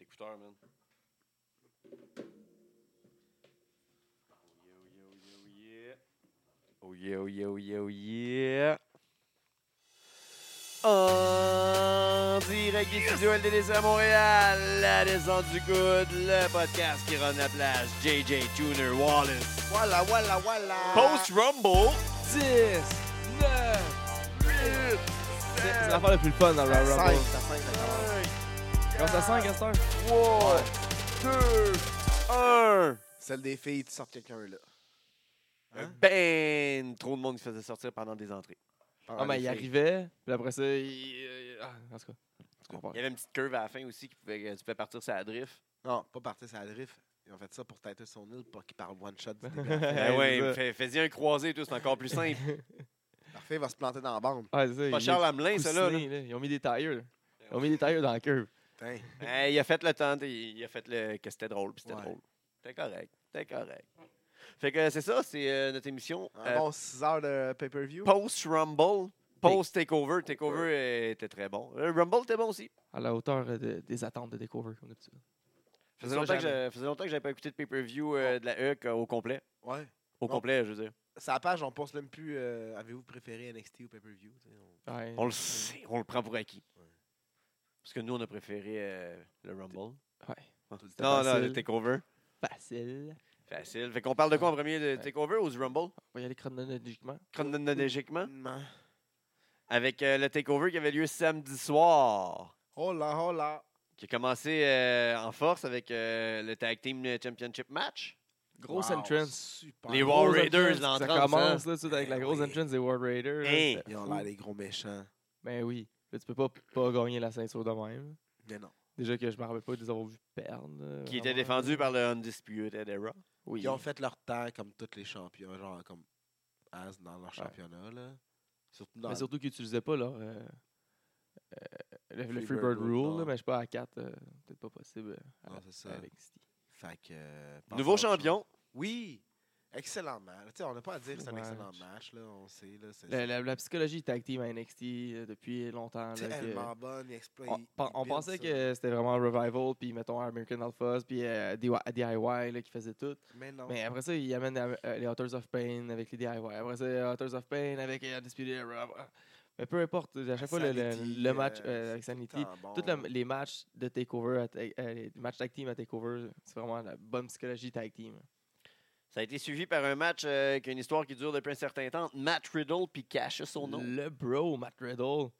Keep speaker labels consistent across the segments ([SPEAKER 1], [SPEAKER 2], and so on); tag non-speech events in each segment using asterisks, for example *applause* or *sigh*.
[SPEAKER 1] écouteurs, man.
[SPEAKER 2] Yo, yo, yo, yeah. Oh, yeah, oh, yeah, oh, yeah, oh, yeah. En direct des studios LDDC à Montréal, la descente du coude, le podcast qui rend la plage, JJ Tuner Wallace.
[SPEAKER 3] Voilà, voilà, voilà.
[SPEAKER 1] Post-Rumble.
[SPEAKER 3] 10, 9,
[SPEAKER 2] C'est
[SPEAKER 3] c'est l'affaire la plus fun dans le Rumble.
[SPEAKER 2] cinq, Ah,
[SPEAKER 3] Quand ça 5 à cette heure?
[SPEAKER 2] 3, 2, 1.
[SPEAKER 3] Celle des filles, tu sors quelqu'un là. Hein?
[SPEAKER 2] Ben, trop de monde qui se faisait sortir pendant des entrées.
[SPEAKER 3] Pendant
[SPEAKER 4] Ah, mais
[SPEAKER 3] les
[SPEAKER 4] il
[SPEAKER 3] filles.
[SPEAKER 4] arrivait, puis après ça, il. il- Ah, en tout cas. Tu comprends.
[SPEAKER 2] Il y avait une petite curve à la fin aussi qui pouvait, qui pouvait partir sur la drift.
[SPEAKER 3] Non, pas partir sur la drift. Ils ont fait ça pour têter son île, pas qu'il parle one shot
[SPEAKER 4] *laughs*
[SPEAKER 3] du début.
[SPEAKER 2] Ben ouais,
[SPEAKER 4] c'est ça.
[SPEAKER 2] fais- fais-y un croisé, tout, c'est encore plus
[SPEAKER 4] *laughs*
[SPEAKER 2] simple.
[SPEAKER 3] Parfait, il va se planter dans la bande.
[SPEAKER 4] Ah, c'est ça.
[SPEAKER 2] Pas
[SPEAKER 4] il
[SPEAKER 2] Charles
[SPEAKER 4] est
[SPEAKER 2] Hamelin, ça là. là.
[SPEAKER 4] coussiné, là. Ils ont mis des tailleurs. Ils ont mis des tailleurs dans la curve.
[SPEAKER 3] Putain.
[SPEAKER 2] Hey, il a fait le temps, de- il a fait le que c'était drôle, puis c'était
[SPEAKER 3] Ouais.
[SPEAKER 2] drôle. C'était correct, c'était correct. Fait que c'est ça, c'est euh, notre émission.
[SPEAKER 4] Ah,
[SPEAKER 3] Un bon 6 heures de pay-per-view.
[SPEAKER 2] Post-Rumble, post-Takeover. Takeover euh, était très bon. Euh, Rumble était bon aussi.
[SPEAKER 4] À la hauteur euh, de- des attentes de Takeover, comme d'habitude.
[SPEAKER 2] Faisait
[SPEAKER 4] Ça,
[SPEAKER 2] longtemps, que
[SPEAKER 4] jamais.
[SPEAKER 2] je- faisait longtemps que j'avais pas écouté de pay-per-view euh, de la E qu'au- au complet.
[SPEAKER 3] Ouais.
[SPEAKER 2] Au
[SPEAKER 3] Non.
[SPEAKER 2] complet, je veux dire.
[SPEAKER 3] Sa page, on pense même plus euh, avez-vous préféré NXT ou pay-per-view Tu sais, on-
[SPEAKER 4] Ouais.
[SPEAKER 2] On le sait, on le prend pour acquis.
[SPEAKER 3] Ouais.
[SPEAKER 2] Parce que nous, on a préféré euh, le Rumble.
[SPEAKER 4] Ouais.
[SPEAKER 2] C'était Non, non, le
[SPEAKER 4] facile.
[SPEAKER 2] Takeover.
[SPEAKER 4] Facile.
[SPEAKER 2] Facile. Fait qu'on parle de quoi en premier, le Takeover ou du Rumble?
[SPEAKER 4] On va y aller chronologiquement.
[SPEAKER 2] Chronologiquement.
[SPEAKER 4] Hein?
[SPEAKER 3] Non.
[SPEAKER 2] Avec euh, le Takeover qui avait lieu samedi soir.
[SPEAKER 3] Oh là, oh là.
[SPEAKER 2] qui a commencé euh, en force avec euh, le Tag Team Championship match.
[SPEAKER 4] Grosse
[SPEAKER 3] Wow,
[SPEAKER 4] entrance.
[SPEAKER 3] Super.
[SPEAKER 2] Les
[SPEAKER 4] Gros
[SPEAKER 2] War Raiders
[SPEAKER 4] entrance,
[SPEAKER 2] en
[SPEAKER 4] Ça
[SPEAKER 2] 30,
[SPEAKER 4] commence, là, tout de suite, avec
[SPEAKER 3] Ben
[SPEAKER 4] la grosse
[SPEAKER 3] oui.
[SPEAKER 4] entrance des War Raiders. là,
[SPEAKER 2] Hey.
[SPEAKER 4] c'était
[SPEAKER 3] Ils ont
[SPEAKER 4] fou.
[SPEAKER 3] l'air des gros méchants.
[SPEAKER 4] Ben oui. Là, tu peux pas pas gagner la ceinture de même.
[SPEAKER 3] Mais non.
[SPEAKER 4] Déjà que je me rappelle pas de les avoir vus perdre. là,
[SPEAKER 2] Qui était
[SPEAKER 4] vraiment,
[SPEAKER 2] défendu
[SPEAKER 4] là.
[SPEAKER 2] par le Undisputed Era.
[SPEAKER 4] Oui.
[SPEAKER 3] Ils ont fait leur temps comme tous les champions, genre comme as dans leur championnat. Là. Surtout dans
[SPEAKER 4] Mais surtout qu'ils n'utilisaient pas leur, euh, euh, le, le Free Bird Rule, là,
[SPEAKER 3] non.
[SPEAKER 4] mais je sais pas, à 4, peut-être pas possible euh,
[SPEAKER 3] Non,
[SPEAKER 4] à-
[SPEAKER 3] c'est ça.
[SPEAKER 4] à NXT.
[SPEAKER 3] Fait que, euh,
[SPEAKER 2] Nouveau
[SPEAKER 3] pensons à autre chose.
[SPEAKER 2] champion.
[SPEAKER 3] Oui! Excellent match. Tu sais, on n'a pas à dire que c'est un
[SPEAKER 4] Ouais.
[SPEAKER 3] excellent match, là, on sait. Là, c'est
[SPEAKER 4] La, la- la psychologie tag team à NXT euh, depuis longtemps. là,
[SPEAKER 3] c'est
[SPEAKER 4] que-
[SPEAKER 3] tellement bonne, il exploite.
[SPEAKER 4] on,
[SPEAKER 3] il-
[SPEAKER 4] pen-
[SPEAKER 3] il
[SPEAKER 4] on
[SPEAKER 3] build
[SPEAKER 4] pensait
[SPEAKER 3] ça.
[SPEAKER 4] que c'était vraiment Revival, puis mettons American Alphas, puis euh, DIY, là, qui faisait tout.
[SPEAKER 3] Mais non.
[SPEAKER 4] Mais après ça, ils amènent euh, euh, les Authors of Pain avec les DIY. Après ça, les Authors of Pain avec euh, Undisputed Era. Mais peu importe, à chaque fois, le, le-
[SPEAKER 3] Sanity,
[SPEAKER 4] le match
[SPEAKER 3] euh,
[SPEAKER 4] euh,
[SPEAKER 3] c'est
[SPEAKER 4] avec
[SPEAKER 3] tout le
[SPEAKER 4] Sanity,
[SPEAKER 3] temps bon,
[SPEAKER 4] Tous
[SPEAKER 3] là.
[SPEAKER 4] les matchs de takeover, à ta- euh, les matchs tag team à takeover, c'est vraiment la bonne psychologie tag team.
[SPEAKER 2] Ça a été suivi par un match euh, qui a une histoire qui dure depuis un certain temps. Matt Riddle puis Cash son nom.
[SPEAKER 4] Le bro Matt Riddle,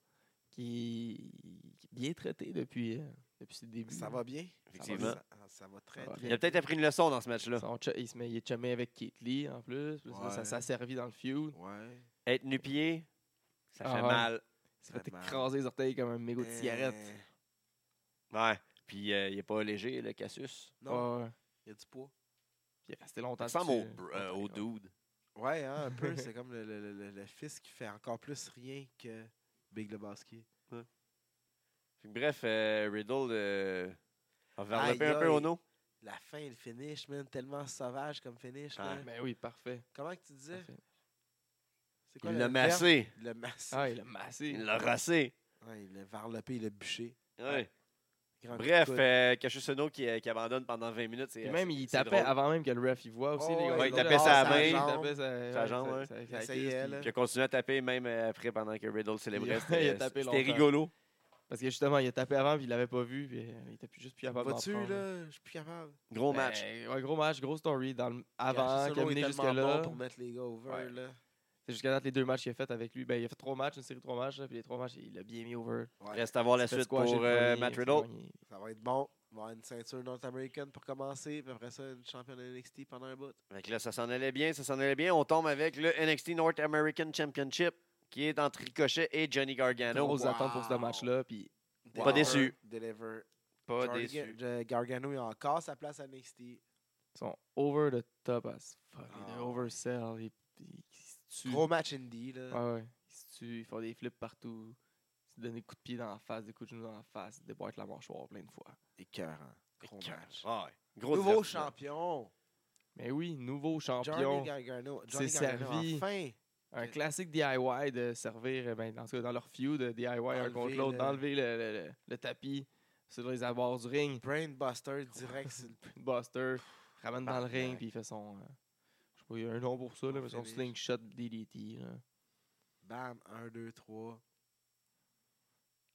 [SPEAKER 4] qui, qui est bien traité depuis, euh, depuis ses débuts.
[SPEAKER 3] Ça va bien?
[SPEAKER 2] Effectivement.
[SPEAKER 3] Ça, ça va très
[SPEAKER 4] Ça va
[SPEAKER 3] bien.
[SPEAKER 2] Il a peut-être appris une leçon dans ce match-là.
[SPEAKER 4] Son cha- il, se met, il est chumé avec Keith Lee en plus. Puis là,
[SPEAKER 3] Ouais.
[SPEAKER 4] Ça, ça a servi dans le feud.
[SPEAKER 3] Ouais.
[SPEAKER 2] Être nu-pied, ça fait
[SPEAKER 4] Ah ouais.
[SPEAKER 2] mal.
[SPEAKER 4] Il s'est fait
[SPEAKER 3] Vraiment.
[SPEAKER 4] écraser les orteils comme un
[SPEAKER 2] Eh,
[SPEAKER 4] mégot de
[SPEAKER 3] Euh,
[SPEAKER 4] cigarette.
[SPEAKER 2] Ouais. Puis euh, il n'est pas léger, le Cassius.
[SPEAKER 3] Non,
[SPEAKER 4] Ouais.
[SPEAKER 3] il y a du poids.
[SPEAKER 4] Puis il est resté longtemps
[SPEAKER 2] Ça ressemble au,
[SPEAKER 4] dessus.
[SPEAKER 2] br- euh, au dude.
[SPEAKER 3] Ouais, hein, un
[SPEAKER 4] *laughs*
[SPEAKER 3] peu. c'est comme le, le, le- le- le fils qui fait encore plus rien que Big Lebowski.
[SPEAKER 2] Fait que Bref, euh, Riddle euh,
[SPEAKER 4] Ah,
[SPEAKER 2] a enveloppé
[SPEAKER 3] Aïe,
[SPEAKER 2] un peu
[SPEAKER 3] aïe.
[SPEAKER 2] au nom.
[SPEAKER 3] La fin, le finish, man, tellement sauvage comme finish.
[SPEAKER 2] Ah.
[SPEAKER 3] là.
[SPEAKER 4] Mais Ben oui, parfait.
[SPEAKER 3] Comment que tu disais?
[SPEAKER 4] parfait.
[SPEAKER 3] C'est
[SPEAKER 2] Il
[SPEAKER 3] le
[SPEAKER 2] l'a
[SPEAKER 3] verbe?
[SPEAKER 2] massé.
[SPEAKER 3] Il l'a massé.
[SPEAKER 4] Ah, il a massé.
[SPEAKER 2] Il l'a rassé.
[SPEAKER 3] Ouais, il l'a varlopé, il l'a bûché.
[SPEAKER 2] Ouais.
[SPEAKER 3] Grand coup de
[SPEAKER 2] Bref,
[SPEAKER 3] coude.
[SPEAKER 2] euh, Cachusono qui, euh, qui abandonne pendant 20 minutes. c'est
[SPEAKER 4] Puis même, il
[SPEAKER 2] c'est
[SPEAKER 4] tapait
[SPEAKER 2] drôle.
[SPEAKER 4] avant même que le ref il voit aussi.
[SPEAKER 3] Oh,
[SPEAKER 4] les gars,
[SPEAKER 3] ouais,
[SPEAKER 2] il
[SPEAKER 4] sont là,
[SPEAKER 2] tapait
[SPEAKER 4] ah,
[SPEAKER 2] sa main.
[SPEAKER 4] Il
[SPEAKER 3] jambe.
[SPEAKER 4] tapait sa,
[SPEAKER 2] Sa
[SPEAKER 4] ouais,
[SPEAKER 2] jambe, ouais.
[SPEAKER 4] sa-
[SPEAKER 3] Il
[SPEAKER 4] sa cuisse,
[SPEAKER 3] essayait,
[SPEAKER 4] puis-
[SPEAKER 3] là.
[SPEAKER 2] Puis il euh, a continué à taper même euh, après pendant que Riddle
[SPEAKER 4] *laughs* Il
[SPEAKER 2] célébrait.
[SPEAKER 4] a-
[SPEAKER 2] C'était euh,
[SPEAKER 4] il a tapé
[SPEAKER 2] c'était
[SPEAKER 4] longtemps.
[SPEAKER 2] rigolo.
[SPEAKER 4] Parce que justement, il a tapé avant, puis il l'avait pas vu, puis euh, il était plus juste plus capable d'en
[SPEAKER 3] Vas-tu,
[SPEAKER 4] prendre.
[SPEAKER 3] là? Je suis plus capable.
[SPEAKER 2] Gros match.
[SPEAKER 4] Ben, ouais, gros match, gros story. Dans le- avant,
[SPEAKER 3] Cassius
[SPEAKER 4] qui
[SPEAKER 3] Ohno
[SPEAKER 4] a
[SPEAKER 3] est
[SPEAKER 4] mené
[SPEAKER 3] tellement
[SPEAKER 4] jusque-là.
[SPEAKER 3] bon pour mettre les gars over,
[SPEAKER 4] Ouais.
[SPEAKER 3] là.
[SPEAKER 4] C'est jusqu'à date les deux matchs qu'il a fait avec lui. Ben, il a fait trois matchs, une série de trois matchs, là, puis les trois matchs, il l'a bien mis over.
[SPEAKER 3] Ouais,
[SPEAKER 2] Reste à voir la
[SPEAKER 4] Il s'est fait
[SPEAKER 2] suite pour
[SPEAKER 4] squasher le
[SPEAKER 2] euh,
[SPEAKER 4] premier,
[SPEAKER 2] Matt
[SPEAKER 4] il s'est
[SPEAKER 2] Riddle.
[SPEAKER 4] gagné.
[SPEAKER 3] Ça va être bon. On va avoir une ceinture nord-américaine pour commencer, puis après ça, une championne NXT pendant un bout.
[SPEAKER 2] Fait que là, ça s'en allait bien, ça s'en allait bien. On tombe avec le NXT North American Championship qui est entre Ricochet et Johnny Gargano.
[SPEAKER 4] Grosse
[SPEAKER 3] wow.
[SPEAKER 4] attente pour ce match-là, puis
[SPEAKER 2] Pas
[SPEAKER 3] Deliver,
[SPEAKER 2] déçu.
[SPEAKER 3] Deliver.
[SPEAKER 2] Pas
[SPEAKER 3] Garga-
[SPEAKER 2] déçu.
[SPEAKER 3] de- Gargano, il a encore sa place à NXT.
[SPEAKER 4] ils sont over the top as fuck. Ils
[SPEAKER 3] Ah,
[SPEAKER 4] sont oversell, ils, ils- ils se tuent.
[SPEAKER 3] Gros match indie, là.
[SPEAKER 4] Ouais, ouais. Ils se tuent, ils font des flips partout. Ils se donnent des coups de pied dans la face, des coups de genoux dans la face, ils déboîtent la mâchoire plein de fois.
[SPEAKER 3] Écœurant. Gros
[SPEAKER 2] Écœurant.
[SPEAKER 3] match.
[SPEAKER 2] Ah ouais. Gros
[SPEAKER 3] Nouveau
[SPEAKER 2] divertissement.
[SPEAKER 3] champion.
[SPEAKER 4] Mais oui, nouveau champion.
[SPEAKER 3] Johnny Gargano.
[SPEAKER 4] C'est
[SPEAKER 3] Johnny Gargano,
[SPEAKER 4] servi.
[SPEAKER 3] enfin.
[SPEAKER 4] Un
[SPEAKER 3] Ok.
[SPEAKER 4] classique DIY de servir, euh, ben, en tout cas dans leur feud, de DIY un
[SPEAKER 3] Enlever
[SPEAKER 4] contre l'autre,
[SPEAKER 3] le-
[SPEAKER 4] d'enlever le, le- le- le tapis, C'est dans les abords du ring.
[SPEAKER 3] Brainbuster direct sur le
[SPEAKER 4] Buster ramène dans le ring,
[SPEAKER 3] Tabarnak.
[SPEAKER 4] puis il fait son. euh, je sais pas, il y a un nom pour ça, là,
[SPEAKER 3] Son
[SPEAKER 4] mais son
[SPEAKER 3] finish.
[SPEAKER 4] slingshot DDT. là.
[SPEAKER 3] Bam, 1, 2, 3.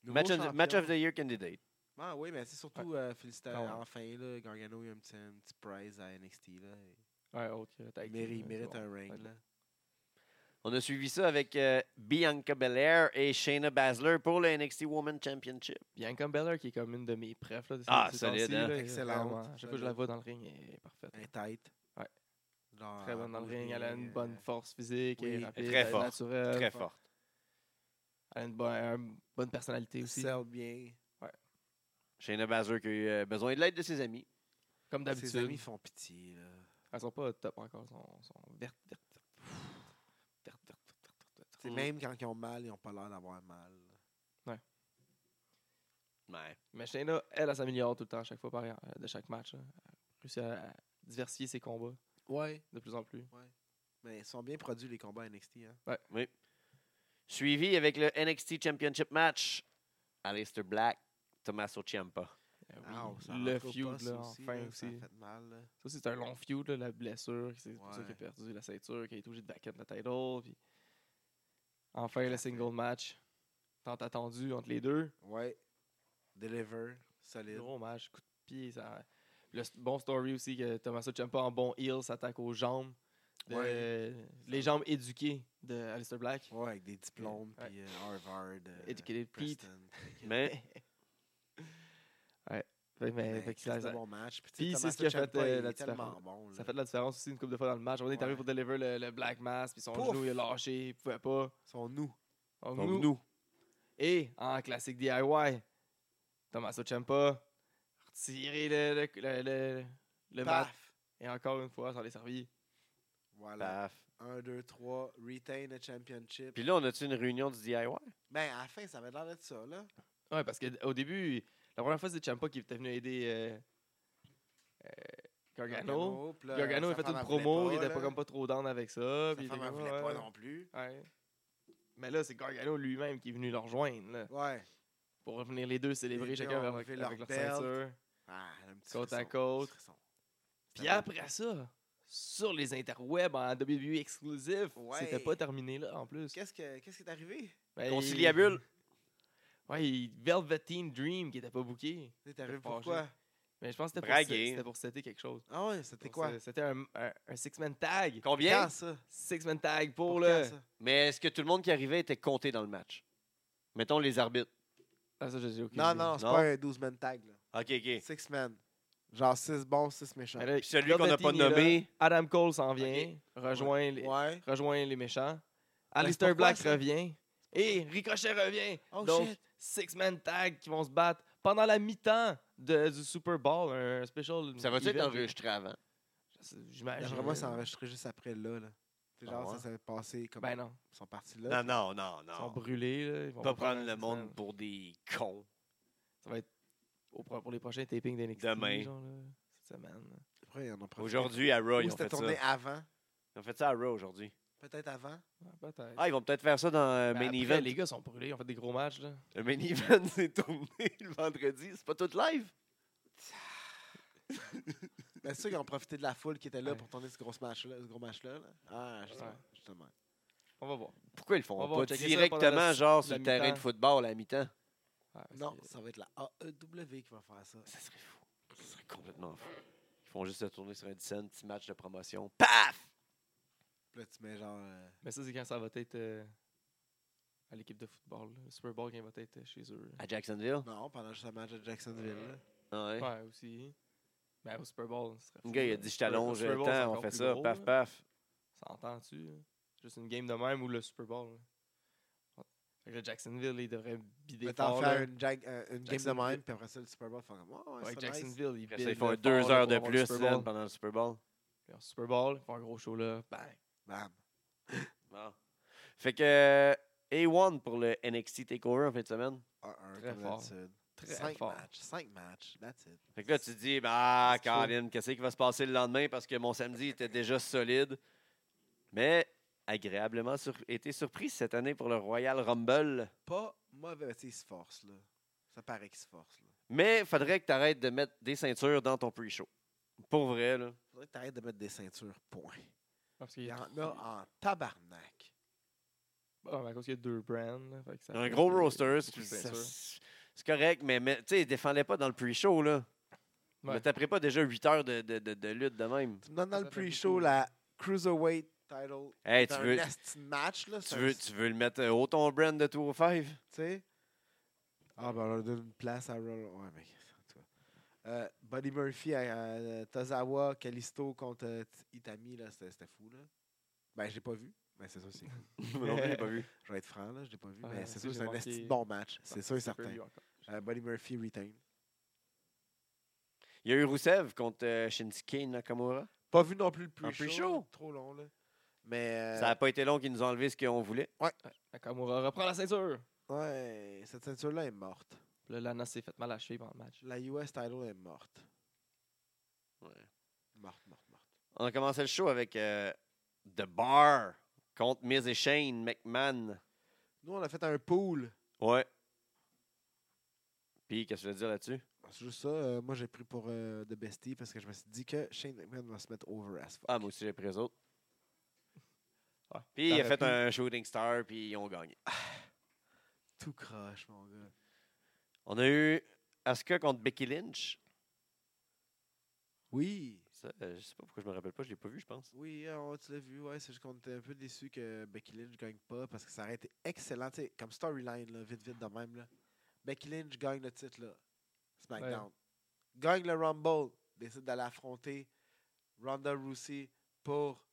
[SPEAKER 2] Match of, the, match of the Year candidate.
[SPEAKER 3] Ah oui, mais c'est surtout euh, félicitations.
[SPEAKER 4] Ah ouais.
[SPEAKER 3] Enfin, là, Gargano, il y a un petit, un petit prize à NXT. Là.
[SPEAKER 4] Ouais, autre que
[SPEAKER 3] Il
[SPEAKER 4] tag team,
[SPEAKER 3] mérite, il
[SPEAKER 4] là,
[SPEAKER 3] mérite
[SPEAKER 4] c'est
[SPEAKER 3] un
[SPEAKER 4] bon.
[SPEAKER 3] ring.
[SPEAKER 4] Fait que-
[SPEAKER 3] Là.
[SPEAKER 2] On a suivi ça avec euh, Bianca Belair et Shayna Baszler pour le NXT Women Championship.
[SPEAKER 4] Bianca Beller, qui est comme une de mes prefs. Là, de ces-
[SPEAKER 2] Ah,
[SPEAKER 4] ces
[SPEAKER 2] solide,
[SPEAKER 4] temps-ci,
[SPEAKER 2] hein?
[SPEAKER 4] là,
[SPEAKER 3] Excellente.
[SPEAKER 4] vraiment. À chaque fois que je la vois dans le ring, elle est parfaite.
[SPEAKER 3] Un tight.
[SPEAKER 4] Ouais.
[SPEAKER 3] Genre,
[SPEAKER 4] Très bonne dans le
[SPEAKER 3] enroulée,
[SPEAKER 4] ring. Elle a une
[SPEAKER 3] euh,
[SPEAKER 4] bonne force physique.
[SPEAKER 3] oui.
[SPEAKER 4] elle est rapide,
[SPEAKER 2] Très
[SPEAKER 4] elle est
[SPEAKER 2] forte.
[SPEAKER 4] naturelle.
[SPEAKER 2] Très forte.
[SPEAKER 4] Elle a une bonne, une bonne personnalité aussi.
[SPEAKER 3] Sell bien.
[SPEAKER 2] Shayna Baszler qui a eu euh, besoin de l'aide de ses amis.
[SPEAKER 4] Comme
[SPEAKER 3] Ses amis
[SPEAKER 4] d'habitude.
[SPEAKER 3] font pitié. Là.
[SPEAKER 4] Elles sont pas top encore. Sont, sont vertes, vertes, vertes. Vertes, vertes, vertes, vertes, vertes.
[SPEAKER 3] T'sais,
[SPEAKER 2] Mm.
[SPEAKER 3] Même quand ils ont mal, ils n'ont pas l'air d'avoir mal.
[SPEAKER 2] Ouais.
[SPEAKER 4] Mais Shayna, elle, elle s'améliore tout le temps, à chaque fois, par, euh, de chaque match. là. Elle réussit à, à diversifier ses combats
[SPEAKER 3] Ouais.
[SPEAKER 4] de plus en plus.
[SPEAKER 3] Mais ils sont bien produits, les combats NXT. Hein.
[SPEAKER 2] Suivi avec le NXT Championship match. Aleister Black, Tommaso Ciampa.
[SPEAKER 4] Euh, oui,
[SPEAKER 3] Ah, ça
[SPEAKER 4] le
[SPEAKER 3] rentre au
[SPEAKER 4] feud,
[SPEAKER 3] poste
[SPEAKER 4] là,
[SPEAKER 3] aussi,
[SPEAKER 4] enfin
[SPEAKER 3] là, Ça a
[SPEAKER 4] aussi.
[SPEAKER 3] fait mal. là.
[SPEAKER 4] Ça, c'est un long feud, là, la blessure. C'est pour ça
[SPEAKER 3] Ouais.
[SPEAKER 4] qu'il a perdu la ceinture, qu'il est obligé de vacante la title. Puis... Enfin, le single match. Tant attendu entre les deux.
[SPEAKER 3] Ouais. Deliver. Solide.
[SPEAKER 4] Gros match, coup de pied. Ça... Le s- bon story aussi que Tommaso Ciampa en bon heel s'attaque aux jambes. de-
[SPEAKER 3] Ouais.
[SPEAKER 4] Les jambes éduquées de Aleister Black.
[SPEAKER 3] Ouais, avec des diplômes,
[SPEAKER 4] Ouais.
[SPEAKER 3] puis euh, Harvard. euh,
[SPEAKER 4] Educated Pete.
[SPEAKER 3] Princeton.
[SPEAKER 2] Mais
[SPEAKER 4] Fait- mais-
[SPEAKER 3] Mais
[SPEAKER 4] Ben, fait que
[SPEAKER 3] Chris, c'est
[SPEAKER 4] ça-
[SPEAKER 3] un bon match. Puis,
[SPEAKER 4] Puis
[SPEAKER 3] tu sais,
[SPEAKER 4] c'est
[SPEAKER 3] Tommaso
[SPEAKER 4] ce qui a fait,
[SPEAKER 3] Ciampa,
[SPEAKER 4] euh,
[SPEAKER 3] il
[SPEAKER 4] la
[SPEAKER 3] est tellement
[SPEAKER 4] différence.
[SPEAKER 3] bon. là.
[SPEAKER 4] Ça fait de la différence aussi une couple de fois dans le match. On est arrivé
[SPEAKER 3] Ouais.
[SPEAKER 4] pour deliver le, le Black Mass, puis son
[SPEAKER 3] Pouf!
[SPEAKER 4] genou il a lâché, il pouvait pas.
[SPEAKER 3] Ils sont nous.
[SPEAKER 4] On
[SPEAKER 2] donc
[SPEAKER 4] nous.
[SPEAKER 2] nous.
[SPEAKER 4] Et en classique DIY, Tommaso Ciampa retiré le, le, le, le- le mat.
[SPEAKER 3] Paf!
[SPEAKER 4] Et encore une fois, ça les servi.
[SPEAKER 3] Voilà.
[SPEAKER 2] Paf.
[SPEAKER 3] 1, 2, 3. Retain the championship.
[SPEAKER 2] Puis là, on a-tu une réunion du DIY?
[SPEAKER 3] Ben, à la fin, ça avait l'air d'être ça, là.
[SPEAKER 4] Ouais, parce qu'au début, la première fois, c'est Ciampa qui était venu aider euh, euh, Gargano.
[SPEAKER 3] puis là,
[SPEAKER 4] Gargano a
[SPEAKER 3] Euh, sa
[SPEAKER 4] fait
[SPEAKER 3] femme,
[SPEAKER 4] une
[SPEAKER 3] elle voulait
[SPEAKER 4] promo, il
[SPEAKER 3] pas,
[SPEAKER 4] était pas
[SPEAKER 3] là.
[SPEAKER 4] comme pas trop down avec ça.
[SPEAKER 3] Sa
[SPEAKER 4] puis il
[SPEAKER 3] femme,
[SPEAKER 4] était
[SPEAKER 3] elle
[SPEAKER 4] comme,
[SPEAKER 3] voulait
[SPEAKER 4] ouais,
[SPEAKER 3] pas non plus.
[SPEAKER 4] ouais. Mais là, c'est Gargano lui-même qui est venu le rejoindre. là.
[SPEAKER 3] Ouais.
[SPEAKER 4] pour revenir les deux célébrer
[SPEAKER 3] Les deux
[SPEAKER 4] chacun
[SPEAKER 3] ont
[SPEAKER 4] avec,
[SPEAKER 3] enlevé
[SPEAKER 4] avec
[SPEAKER 3] leur
[SPEAKER 4] leur,
[SPEAKER 3] belt.
[SPEAKER 4] ceinture.
[SPEAKER 3] Ah, elle a un petit
[SPEAKER 4] Côte
[SPEAKER 3] frisson,
[SPEAKER 4] à
[SPEAKER 3] un petit
[SPEAKER 4] côte.
[SPEAKER 3] frisson.
[SPEAKER 4] Puis après ça, sur les interwebs en WWE exclusif,
[SPEAKER 3] Ouais.
[SPEAKER 4] c'était pas terminé là en plus.
[SPEAKER 3] Qu'est-ce que- qu'est-ce qui est arrivé?
[SPEAKER 4] Ben,
[SPEAKER 2] Conciliabule.
[SPEAKER 4] il- Ouais, il- Velveteen Dream qui était pas booké.
[SPEAKER 3] T'es arrivé
[SPEAKER 4] Fâché.
[SPEAKER 3] pourquoi?
[SPEAKER 4] Mais je pense que c'était pour,
[SPEAKER 2] Bragué.
[SPEAKER 4] se- c'était pour setter quelque chose.
[SPEAKER 3] Ah ouais, c'était
[SPEAKER 4] Pour
[SPEAKER 3] quoi?
[SPEAKER 4] se- C'était un, un- un six-man tag.
[SPEAKER 2] Combien?
[SPEAKER 3] Quand ça?
[SPEAKER 4] Six-man tag pour,
[SPEAKER 3] Pour
[SPEAKER 4] le.
[SPEAKER 3] quand, ça?
[SPEAKER 2] Mais est-ce que tout le monde qui arrivait était compté dans le match? Mettons les arbitres.
[SPEAKER 4] Ah, ça, j'ai aucune
[SPEAKER 3] Non,
[SPEAKER 4] idée.
[SPEAKER 3] non, c'est
[SPEAKER 2] Non.
[SPEAKER 3] pas un 12-man tag, là.
[SPEAKER 2] OK, OK.
[SPEAKER 3] 6 men. Genre 6 bons, 6 méchants.
[SPEAKER 4] Mais là,
[SPEAKER 2] Puis celui qu'on n'a pas
[SPEAKER 4] Velveteen est là,
[SPEAKER 2] nommé.
[SPEAKER 4] Adam Cole s'en vient, rejoint, les,
[SPEAKER 3] Ouais.
[SPEAKER 4] rejoint les méchants.
[SPEAKER 3] Ben, c'est
[SPEAKER 4] Alistair
[SPEAKER 3] pourquoi,
[SPEAKER 4] Black
[SPEAKER 3] ça?
[SPEAKER 4] revient. Et Ricochet revient.
[SPEAKER 3] Oh
[SPEAKER 4] Donc,
[SPEAKER 3] shit!
[SPEAKER 4] six-man tag qui vont se battre pendant la mi-temps de- du Super Bowl, un special.
[SPEAKER 2] Ça va-tu être
[SPEAKER 4] event.
[SPEAKER 2] enregistré avant?
[SPEAKER 4] J'imagine.
[SPEAKER 3] D'après moi, c'est enregistré juste après là, là. C'est
[SPEAKER 2] Ah
[SPEAKER 3] genre,
[SPEAKER 2] ouais?
[SPEAKER 3] ça s'est passé comme.
[SPEAKER 4] Ben non.
[SPEAKER 3] Ils sont partis là.
[SPEAKER 2] non, non,
[SPEAKER 4] Ils sont brûlés. Là. Ils vont
[SPEAKER 2] Pas
[SPEAKER 4] faire
[SPEAKER 2] prendre
[SPEAKER 4] un
[SPEAKER 2] le
[SPEAKER 4] six-man.
[SPEAKER 2] monde pour des cons.
[SPEAKER 4] Ça va être au pro- pour les prochains tapings d'NXT.
[SPEAKER 2] Demain.
[SPEAKER 4] Genre, là, cette semaine. là.
[SPEAKER 3] Après, ils en ont profité.
[SPEAKER 2] Aujourd'hui, à Raw,
[SPEAKER 3] Ou
[SPEAKER 2] ils ont
[SPEAKER 3] c'était
[SPEAKER 2] fait ça.
[SPEAKER 3] tourné avant.
[SPEAKER 2] Ils ont fait ça à Raw aujourd'hui.
[SPEAKER 3] Peut-être avant.
[SPEAKER 4] Ouais, Peut-être.
[SPEAKER 2] Ah, ils vont peut-être faire ça dans euh,
[SPEAKER 4] Ben
[SPEAKER 2] Main
[SPEAKER 4] après,
[SPEAKER 2] Event.
[SPEAKER 4] Les gars sont brûlés. Ils ont fait des gros matchs. Là.
[SPEAKER 2] Le Main Event, *laughs* c'est tourné le vendredi. C'est pas tout live.
[SPEAKER 3] Mais Ben, c'est sûr qu'ils ont profité de la foule qui était là
[SPEAKER 4] Ouais.
[SPEAKER 3] pour tourner ce gros match-là. Ce gros match-là. là. Ah, justement.
[SPEAKER 4] Ouais.
[SPEAKER 3] justement.
[SPEAKER 4] On va voir.
[SPEAKER 2] Pourquoi ils le
[SPEAKER 4] On
[SPEAKER 2] font
[SPEAKER 4] va
[SPEAKER 2] pas
[SPEAKER 4] checker ça pendant
[SPEAKER 2] directement,
[SPEAKER 4] la-
[SPEAKER 2] genre, sur
[SPEAKER 4] la
[SPEAKER 2] le terrain
[SPEAKER 4] mi-temps.
[SPEAKER 2] de football à la mi-temps?
[SPEAKER 4] Ah, parce
[SPEAKER 3] Non,
[SPEAKER 4] que-
[SPEAKER 3] ça va être la AEW qui va faire ça.
[SPEAKER 2] Ça serait fou. Ça serait complètement fou. Ils font juste se tourner sur un 10 cents, petit match de promotion. Paf!
[SPEAKER 3] Puis Là, tu mets genre. euh,
[SPEAKER 4] Mais ça, c'est quand ça va être euh, à l'équipe de football. là. Le Super Bowl, quand il va être euh, chez eux.
[SPEAKER 2] À Jacksonville?
[SPEAKER 3] Non, pendant juste un match à Jacksonville. là.
[SPEAKER 2] Ah ouais.
[SPEAKER 4] Ouais, aussi. Mais au Super Bowl, ce serait
[SPEAKER 2] Le
[SPEAKER 4] fou,
[SPEAKER 2] gars, il a
[SPEAKER 4] là.
[SPEAKER 2] dit, je
[SPEAKER 4] Super-
[SPEAKER 2] t'allonge
[SPEAKER 4] Super
[SPEAKER 2] le
[SPEAKER 4] Bowl, c'est
[SPEAKER 2] temps, on
[SPEAKER 4] encore
[SPEAKER 2] fait
[SPEAKER 4] plus
[SPEAKER 2] ça,
[SPEAKER 4] gros,
[SPEAKER 2] paf,
[SPEAKER 4] là.
[SPEAKER 2] paf.
[SPEAKER 4] S'entends-tu? là? Juste une game de même ou le Super Bowl? là? Fait que le Jacksonville, il devrait bider
[SPEAKER 3] Mais t'en
[SPEAKER 4] fort,
[SPEAKER 3] fais
[SPEAKER 4] là.
[SPEAKER 3] une, jag- euh, une game de
[SPEAKER 4] Jacksonville.
[SPEAKER 3] même, puis après ça, le Super Bowl, faire comme. Oh, ouais,
[SPEAKER 4] Ouais,
[SPEAKER 3] c'est nice.
[SPEAKER 4] Jacksonville, ils
[SPEAKER 2] Après ça, ils
[SPEAKER 4] bident
[SPEAKER 2] font
[SPEAKER 4] fort,
[SPEAKER 2] deux
[SPEAKER 4] là, pour
[SPEAKER 2] heures de
[SPEAKER 4] avoir le
[SPEAKER 2] plus
[SPEAKER 4] Super
[SPEAKER 2] là,
[SPEAKER 4] Bowl.
[SPEAKER 2] pendant le Super Bowl.
[SPEAKER 4] Puis en Super Bowl, ils font un gros show là. Bang!
[SPEAKER 3] Bam.
[SPEAKER 2] Bon. Fait que A1 pour le NXT TakeOver en fin de semaine.
[SPEAKER 3] 1-1,
[SPEAKER 4] Très
[SPEAKER 3] comme
[SPEAKER 4] fort.
[SPEAKER 3] d'habitude.
[SPEAKER 4] Très
[SPEAKER 3] 5
[SPEAKER 4] fort.
[SPEAKER 3] matchs. 5 matchs. That's it.
[SPEAKER 2] Fait que là, tu te dis, bah,
[SPEAKER 4] C'est cool.
[SPEAKER 2] Caroline, qu'est-ce qui va se passer le lendemain parce que mon samedi était déjà solide. Mais agréablement sur- été surpris cette année pour le Royal Rumble.
[SPEAKER 3] Pas mauvais. Mais tu sais, il se force, là. Ça paraît qu'il se force, là.
[SPEAKER 2] Mais faudrait que tu arrêtes de mettre des ceintures dans ton pre-show. Pour vrai, là.
[SPEAKER 3] Faudrait que t'arrêtes de mettre des ceintures, point.
[SPEAKER 4] Parce
[SPEAKER 3] Il
[SPEAKER 4] qu'il y
[SPEAKER 3] y
[SPEAKER 4] a,
[SPEAKER 3] en a en tabarnak.
[SPEAKER 4] Ah, mais à cause qu'il y a deux brands. là, fait que ça
[SPEAKER 2] Un
[SPEAKER 4] fait *laughs*
[SPEAKER 2] gros
[SPEAKER 4] que-
[SPEAKER 2] roster, c'est
[SPEAKER 4] beaucoup de ceintures.
[SPEAKER 2] c'est correct, mais, mais tu sais, défendez pas dans le pre-show, là.
[SPEAKER 4] Ouais.
[SPEAKER 2] Mais t'apprends pas déjà 8 heures de, de- de- de lutte de même.
[SPEAKER 3] Tu me donnes dans
[SPEAKER 4] Ça
[SPEAKER 3] le
[SPEAKER 4] fait
[SPEAKER 3] pre-show
[SPEAKER 4] beaucoup.
[SPEAKER 3] la Cruiserweight title.
[SPEAKER 2] Hey,
[SPEAKER 3] C'est
[SPEAKER 2] tu
[SPEAKER 3] un
[SPEAKER 2] veux,
[SPEAKER 3] nasty match, là.
[SPEAKER 2] tu, veux, tu veux le mettre euh, au ton brand de 205?
[SPEAKER 3] sais. Ah, ben, on leur donne une place à Roll. Ouais, mais en tout cas. Euh, Buddy Murphy à euh, Tozawa, Kalisto contre euh, T- Itami, là, c'était c'était fou, là. Ben, je l'ai pas vu. Ben, c'est sûr, c'est fou.
[SPEAKER 2] *laughs* Moi non plus, j'ai pas vu.
[SPEAKER 3] Je vais être franc, là, je l'ai pas vu.
[SPEAKER 4] Ah,
[SPEAKER 3] mais c'est
[SPEAKER 4] ça,
[SPEAKER 3] sûr,
[SPEAKER 4] j'ai
[SPEAKER 3] c'est un
[SPEAKER 4] manqué.
[SPEAKER 3] nasty bon match. *laughs* C'est sûr et
[SPEAKER 4] C'est peu
[SPEAKER 3] certain.
[SPEAKER 4] vieux encore.
[SPEAKER 3] Euh, Buddy Murphy retain.
[SPEAKER 2] Il y a eu Rousseff contre euh, Shinsuke Nakamura.
[SPEAKER 3] Pas vu non plus le
[SPEAKER 2] Un
[SPEAKER 3] pre-show.
[SPEAKER 2] pre-show?
[SPEAKER 3] Trop long, là. Mais. euh,
[SPEAKER 2] Ça a pas été long qu'ils nous ont enlevé ce qu'on voulait.
[SPEAKER 4] Nakamura reprend la ceinture.
[SPEAKER 3] Ouais, cette ceinture-là est morte.
[SPEAKER 4] Puis là, Lana s'est fait mal à la cheville pendant le match.
[SPEAKER 3] La US title est morte.
[SPEAKER 2] Ouais.
[SPEAKER 3] Morte, morte, morte.
[SPEAKER 2] On a commencé le show avec euh, The Bar contre Miz et Shane McMahon.
[SPEAKER 3] Nous, on a fait un pool.
[SPEAKER 2] Ouais. Puis, qu'est-ce que tu veux dire là-dessus?
[SPEAKER 3] C'est juste ça. euh, moi, j'ai pris pour euh, The Bestie parce que je me suis dit que Shane McMahon va se mettre over as fuck.
[SPEAKER 2] Ah, moi aussi, j'ai pris les autres.
[SPEAKER 4] Ouais.
[SPEAKER 2] Puis, il a
[SPEAKER 4] T'aurais
[SPEAKER 2] fait
[SPEAKER 4] pu-
[SPEAKER 2] un Shooting Star, puis ils ont gagné.
[SPEAKER 3] Tout croche, mon gars.
[SPEAKER 2] On a eu Asuka contre Becky Lynch.
[SPEAKER 3] Oui.
[SPEAKER 2] Ça, euh, je sais pas pourquoi je me rappelle pas, je l'ai pas vu, je pense.
[SPEAKER 3] Oui, euh, on- tu l'as vu. Ouais, c'est juste qu'on était un peu déçus que Becky Lynch gagne pas parce que ça aurait été excellent. tu sais, comme storyline, là, vite, vite, de même. Là. Becky Lynch gagne le titre, là. SmackDown. Gagne le Rumble. Décide d'aller affronter Ronda Rousey pour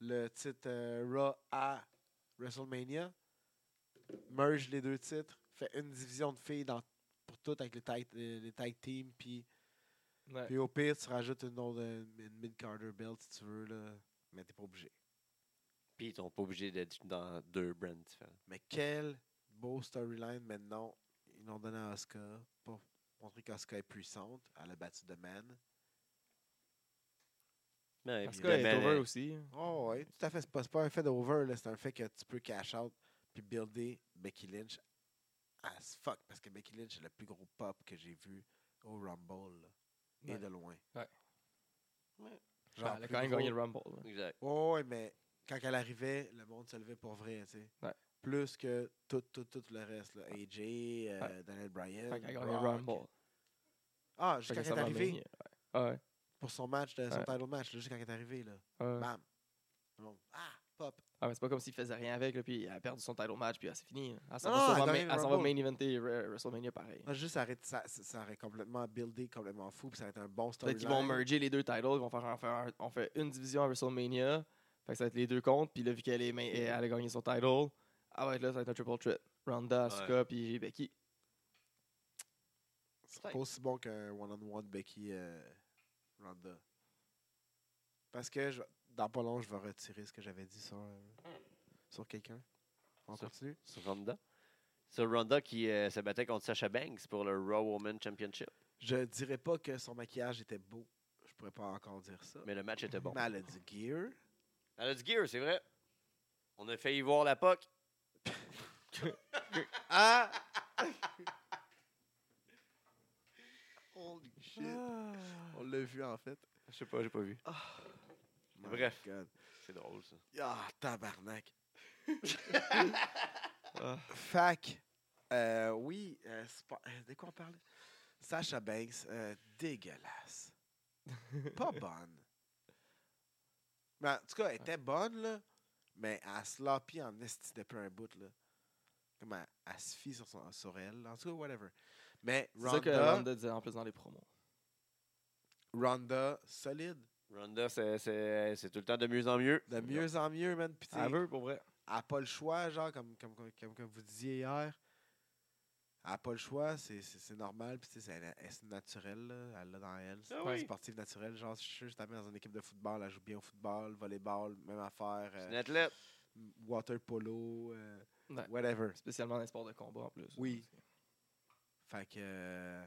[SPEAKER 3] le titre euh, Raw à WrestleMania. Merge les deux titres. Fait une division de filles dans, pour toutes avec les tag, euh, les tag teams. Puis
[SPEAKER 4] Ouais.
[SPEAKER 3] puis au pire, tu rajoutes une, autre- une- une mid-carter belt si tu veux, là. Mais t'es pas obligé.
[SPEAKER 2] Puis, ils sont pas obligés d'être dans deux brands différents.
[SPEAKER 3] Mais quel beau storyline maintenant. Ils l'ont donné à Asuka pour montrer qu'Asuka est puissante. Elle a battu The Man.
[SPEAKER 2] Ouais,
[SPEAKER 4] Parce
[SPEAKER 2] puis
[SPEAKER 4] que
[SPEAKER 2] le
[SPEAKER 4] est
[SPEAKER 2] man,
[SPEAKER 4] over
[SPEAKER 2] euh,
[SPEAKER 4] aussi.
[SPEAKER 3] Oh ouais, tout à fait. C'est pas, c'est pas un fait d'over, là. C'est un fait que tu peux cash out puis builder Becky Lynch as fuck. Parce que Becky Lynch est le plus gros pop que j'ai vu au Rumble, là, Et
[SPEAKER 4] Ouais.
[SPEAKER 3] de loin.
[SPEAKER 4] Ouais.
[SPEAKER 2] Ouais.
[SPEAKER 3] Genre,
[SPEAKER 4] elle Bah, a
[SPEAKER 3] plus
[SPEAKER 4] quand même
[SPEAKER 3] gros-
[SPEAKER 4] gagné le Rumble. là.
[SPEAKER 2] Exact.
[SPEAKER 3] Ouais, ouais, mais quand elle arrivait, le monde se levait pour vrai, tu sais.
[SPEAKER 4] Ouais.
[SPEAKER 3] Plus que tout, tout, tout le reste. Là. AJ, euh,
[SPEAKER 4] Ouais.
[SPEAKER 3] Daniel Bryan.
[SPEAKER 4] Fait qu'elle a gagné le
[SPEAKER 3] Brock.
[SPEAKER 4] Rumble.
[SPEAKER 3] Ah,
[SPEAKER 4] Fait
[SPEAKER 3] juste quand
[SPEAKER 4] que
[SPEAKER 3] elle est
[SPEAKER 4] Starmania,
[SPEAKER 3] arrivée.
[SPEAKER 4] Ouais. Ouais.
[SPEAKER 3] Pour son match, de- son
[SPEAKER 4] Ouais.
[SPEAKER 3] title match, là, juste quand elle est arrivée. Là.
[SPEAKER 4] ouais.
[SPEAKER 3] Bam. Le monde, Ah, pop.
[SPEAKER 4] Ah, mais c'est pas comme s'il faisait rien avec, là, puis elle a perdu son title match, puis ah, c'est fini. Elle s'en
[SPEAKER 3] Non,
[SPEAKER 4] va
[SPEAKER 3] non,
[SPEAKER 4] sur
[SPEAKER 3] elle
[SPEAKER 4] Roma-
[SPEAKER 3] a gagné le
[SPEAKER 4] elle s'en va
[SPEAKER 3] Rumble.
[SPEAKER 4] main eventer Re- WrestleMania pareil.
[SPEAKER 3] Ah, juste arrête, ça, ça, ça aurait complètement buildé, complètement fou. Puis ça aurait été un bon
[SPEAKER 4] Peut-être
[SPEAKER 3] storyline.
[SPEAKER 4] qu'ils vont merger les deux titles, ils vont faire, en faire un- on fait une division à WrestleMania, fait que ça va être les deux comptes, puis là, vu qu'elle est main- elle a gagné son title, elle va être là, ça va être un triple threat. Ronda, Asuka, puis Becky.
[SPEAKER 3] C'est pas aussi bon qu'un one-on-one Becky euh, Ronda. Parce que je- dans pas long, je vais retirer ce que j'avais dit sur, euh, sur quelqu'un. On
[SPEAKER 2] Sur-
[SPEAKER 3] continue?
[SPEAKER 2] Sur Ronda. Sur Ronda qui euh, se battait contre Sasha Banks pour le Raw Women Championship.
[SPEAKER 3] Je dirais pas que son maquillage était beau. Je pourrais pas encore dire ça. Mais,
[SPEAKER 2] Mais le match était bon.
[SPEAKER 3] elle a du gear.
[SPEAKER 2] Elle a du gear, c'est vrai. On a failli voir la POC.
[SPEAKER 3] Ah! Holy shit. On l'a vu en fait.
[SPEAKER 2] Je sais pas, j'ai pas vu.
[SPEAKER 3] My
[SPEAKER 2] Bref.
[SPEAKER 3] God.
[SPEAKER 2] C'est drôle, ça.
[SPEAKER 3] Ah,
[SPEAKER 4] *laughs*
[SPEAKER 3] tabarnak.
[SPEAKER 4] Ah.
[SPEAKER 3] Fac. Euh, oui, euh, c'est pas- euh, de quoi on parlait? Sasha Banks, euh, dégueulasse.
[SPEAKER 4] *laughs*
[SPEAKER 3] pas bonne. Mais en tout cas, elle était bonne, là, mais elle sloppy en esti depuis un bout, là. Comme elle, elle se fie sur, son, sur elle. là. En tout cas, whatever. Mais
[SPEAKER 4] C'est ça que
[SPEAKER 3] Ronda,
[SPEAKER 4] Ronda disait en plus dans les promos.
[SPEAKER 3] Ronda, solide.
[SPEAKER 2] Ronda, c'est- c'est c'est tout le temps de mieux en mieux.
[SPEAKER 3] De mieux en mieux, man. Puis, tu sais,
[SPEAKER 4] Elle veut, pour vrai.
[SPEAKER 3] elle n'a pas le choix, genre, comme, comme, comme, comme- comme vous disiez hier. Elle n'a pas le choix, c'est- c'est c'est normal, puis tu sais, c'est elle- elle- c'est naturel, là, elle l'a dans elle. C'est
[SPEAKER 2] Ah
[SPEAKER 3] pas un
[SPEAKER 2] oui.
[SPEAKER 3] sportif naturel, genre, je suis sûr, je t'amène dans une équipe de football, elle joue bien au football, volleyball, même affaire,
[SPEAKER 2] C'est
[SPEAKER 3] euh,
[SPEAKER 2] une athlète.
[SPEAKER 3] water polo, euh,
[SPEAKER 4] Ouais.
[SPEAKER 3] whatever.
[SPEAKER 4] Spécialement dans les sports de combat, en plus.
[SPEAKER 3] Oui. Fait que, euh,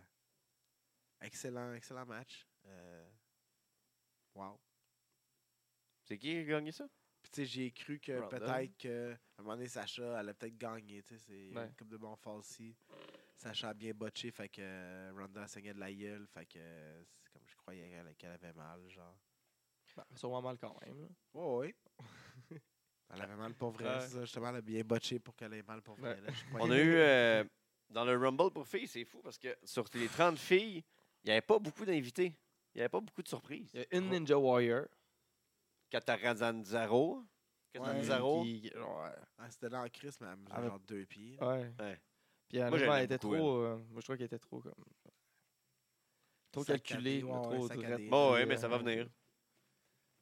[SPEAKER 3] excellent, excellent match. Euh, wow.
[SPEAKER 2] C'est qui qui a gagné ça?
[SPEAKER 3] Puis tu sais, j'ai cru que
[SPEAKER 4] Ronda.
[SPEAKER 3] peut-être que à un moment donné, Sacha, elle a peut-être gagné, tu sais, c'est il y a eu
[SPEAKER 4] Ouais.
[SPEAKER 3] une coupe de bons falsies. Sacha a bien botché, fait que euh, Ronda saignait de la gueule, fait que euh, c'est comme je croyais qu'elle qu'elle avait mal, genre.
[SPEAKER 4] Bah, sûrement mal quand même. là.
[SPEAKER 3] Oh, oui. *laughs* elle avait mal pour vrai,
[SPEAKER 4] Ouais.
[SPEAKER 3] c'est ça. Justement, elle a bien botché pour qu'elle ait mal pour vrai.
[SPEAKER 4] Ouais.
[SPEAKER 3] là, je
[SPEAKER 2] On
[SPEAKER 3] croyais.
[SPEAKER 2] a eu, euh, dans le Rumble pour filles, c'est fou parce que sur les 30 filles, il n'y avait pas beaucoup d'invités. Il n'y avait pas beaucoup de surprises.
[SPEAKER 4] Il y a une Ninja Warrior.
[SPEAKER 2] Cataranzaro. Cataranzaro.
[SPEAKER 4] qui- qui- genre, ouais.
[SPEAKER 3] Ah, C'était dans la crise, mais elle mesure
[SPEAKER 4] euh, Ah, mais-
[SPEAKER 3] genre deux pieds. là.
[SPEAKER 4] Ouais.
[SPEAKER 2] Ouais.
[SPEAKER 4] Puis
[SPEAKER 2] Moi,
[SPEAKER 4] honnêtement,
[SPEAKER 2] j'aime
[SPEAKER 4] elle était
[SPEAKER 2] beaucoup,
[SPEAKER 4] trop. euh, moi, je crois qu'elle était trop comme. Trop
[SPEAKER 3] Saccadée,
[SPEAKER 4] calculée,
[SPEAKER 3] ouais,
[SPEAKER 4] là,
[SPEAKER 3] ouais,
[SPEAKER 4] trop
[SPEAKER 3] saccadée.
[SPEAKER 4] drette.
[SPEAKER 2] Bon,
[SPEAKER 4] Puis,
[SPEAKER 2] oui,
[SPEAKER 4] euh,
[SPEAKER 2] mais ça va venir.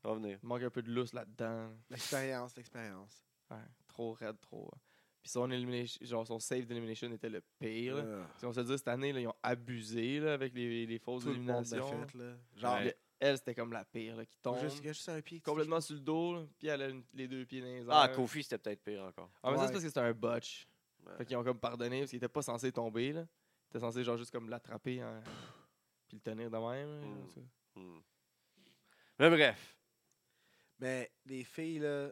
[SPEAKER 2] Ça va venir.
[SPEAKER 4] Il manque un peu de lousse là-dedans.
[SPEAKER 3] L'expérience, l'expérience.
[SPEAKER 4] Ouais, trop raide, trop. euh. Puis son élimination, genre son save d'élimination était le pire. là.
[SPEAKER 3] Ah.
[SPEAKER 4] Si on se le dit, cette année, là, ils ont abusé là, avec les, les fausses
[SPEAKER 3] Tout le monde l'a
[SPEAKER 4] éliminations.
[SPEAKER 3] fait, là.
[SPEAKER 4] Genre,
[SPEAKER 3] Genre,
[SPEAKER 2] Ouais.
[SPEAKER 4] le- elle, c'était comme la pire, là, qui tombe.
[SPEAKER 3] Faut juste, que juste un pied. que tu-
[SPEAKER 4] Complètement sur le dos, là, puis elle a une- les deux pieds dans les airs.
[SPEAKER 2] Ah, Kofi, c'était peut-être pire encore.
[SPEAKER 4] Ah, mais ça,
[SPEAKER 3] Ouais.
[SPEAKER 4] c'est parce que c'était un botch.
[SPEAKER 2] Ouais.
[SPEAKER 4] Fait qu'ils ont comme pardonné, parce qu'il était pas censé tomber, là. Il était censé, genre, juste comme l'attraper, hein, puis le tenir de même. là,
[SPEAKER 2] Mm.
[SPEAKER 4] en tout cas.
[SPEAKER 2] Hmm. Mais bref.
[SPEAKER 3] Mais les filles, là.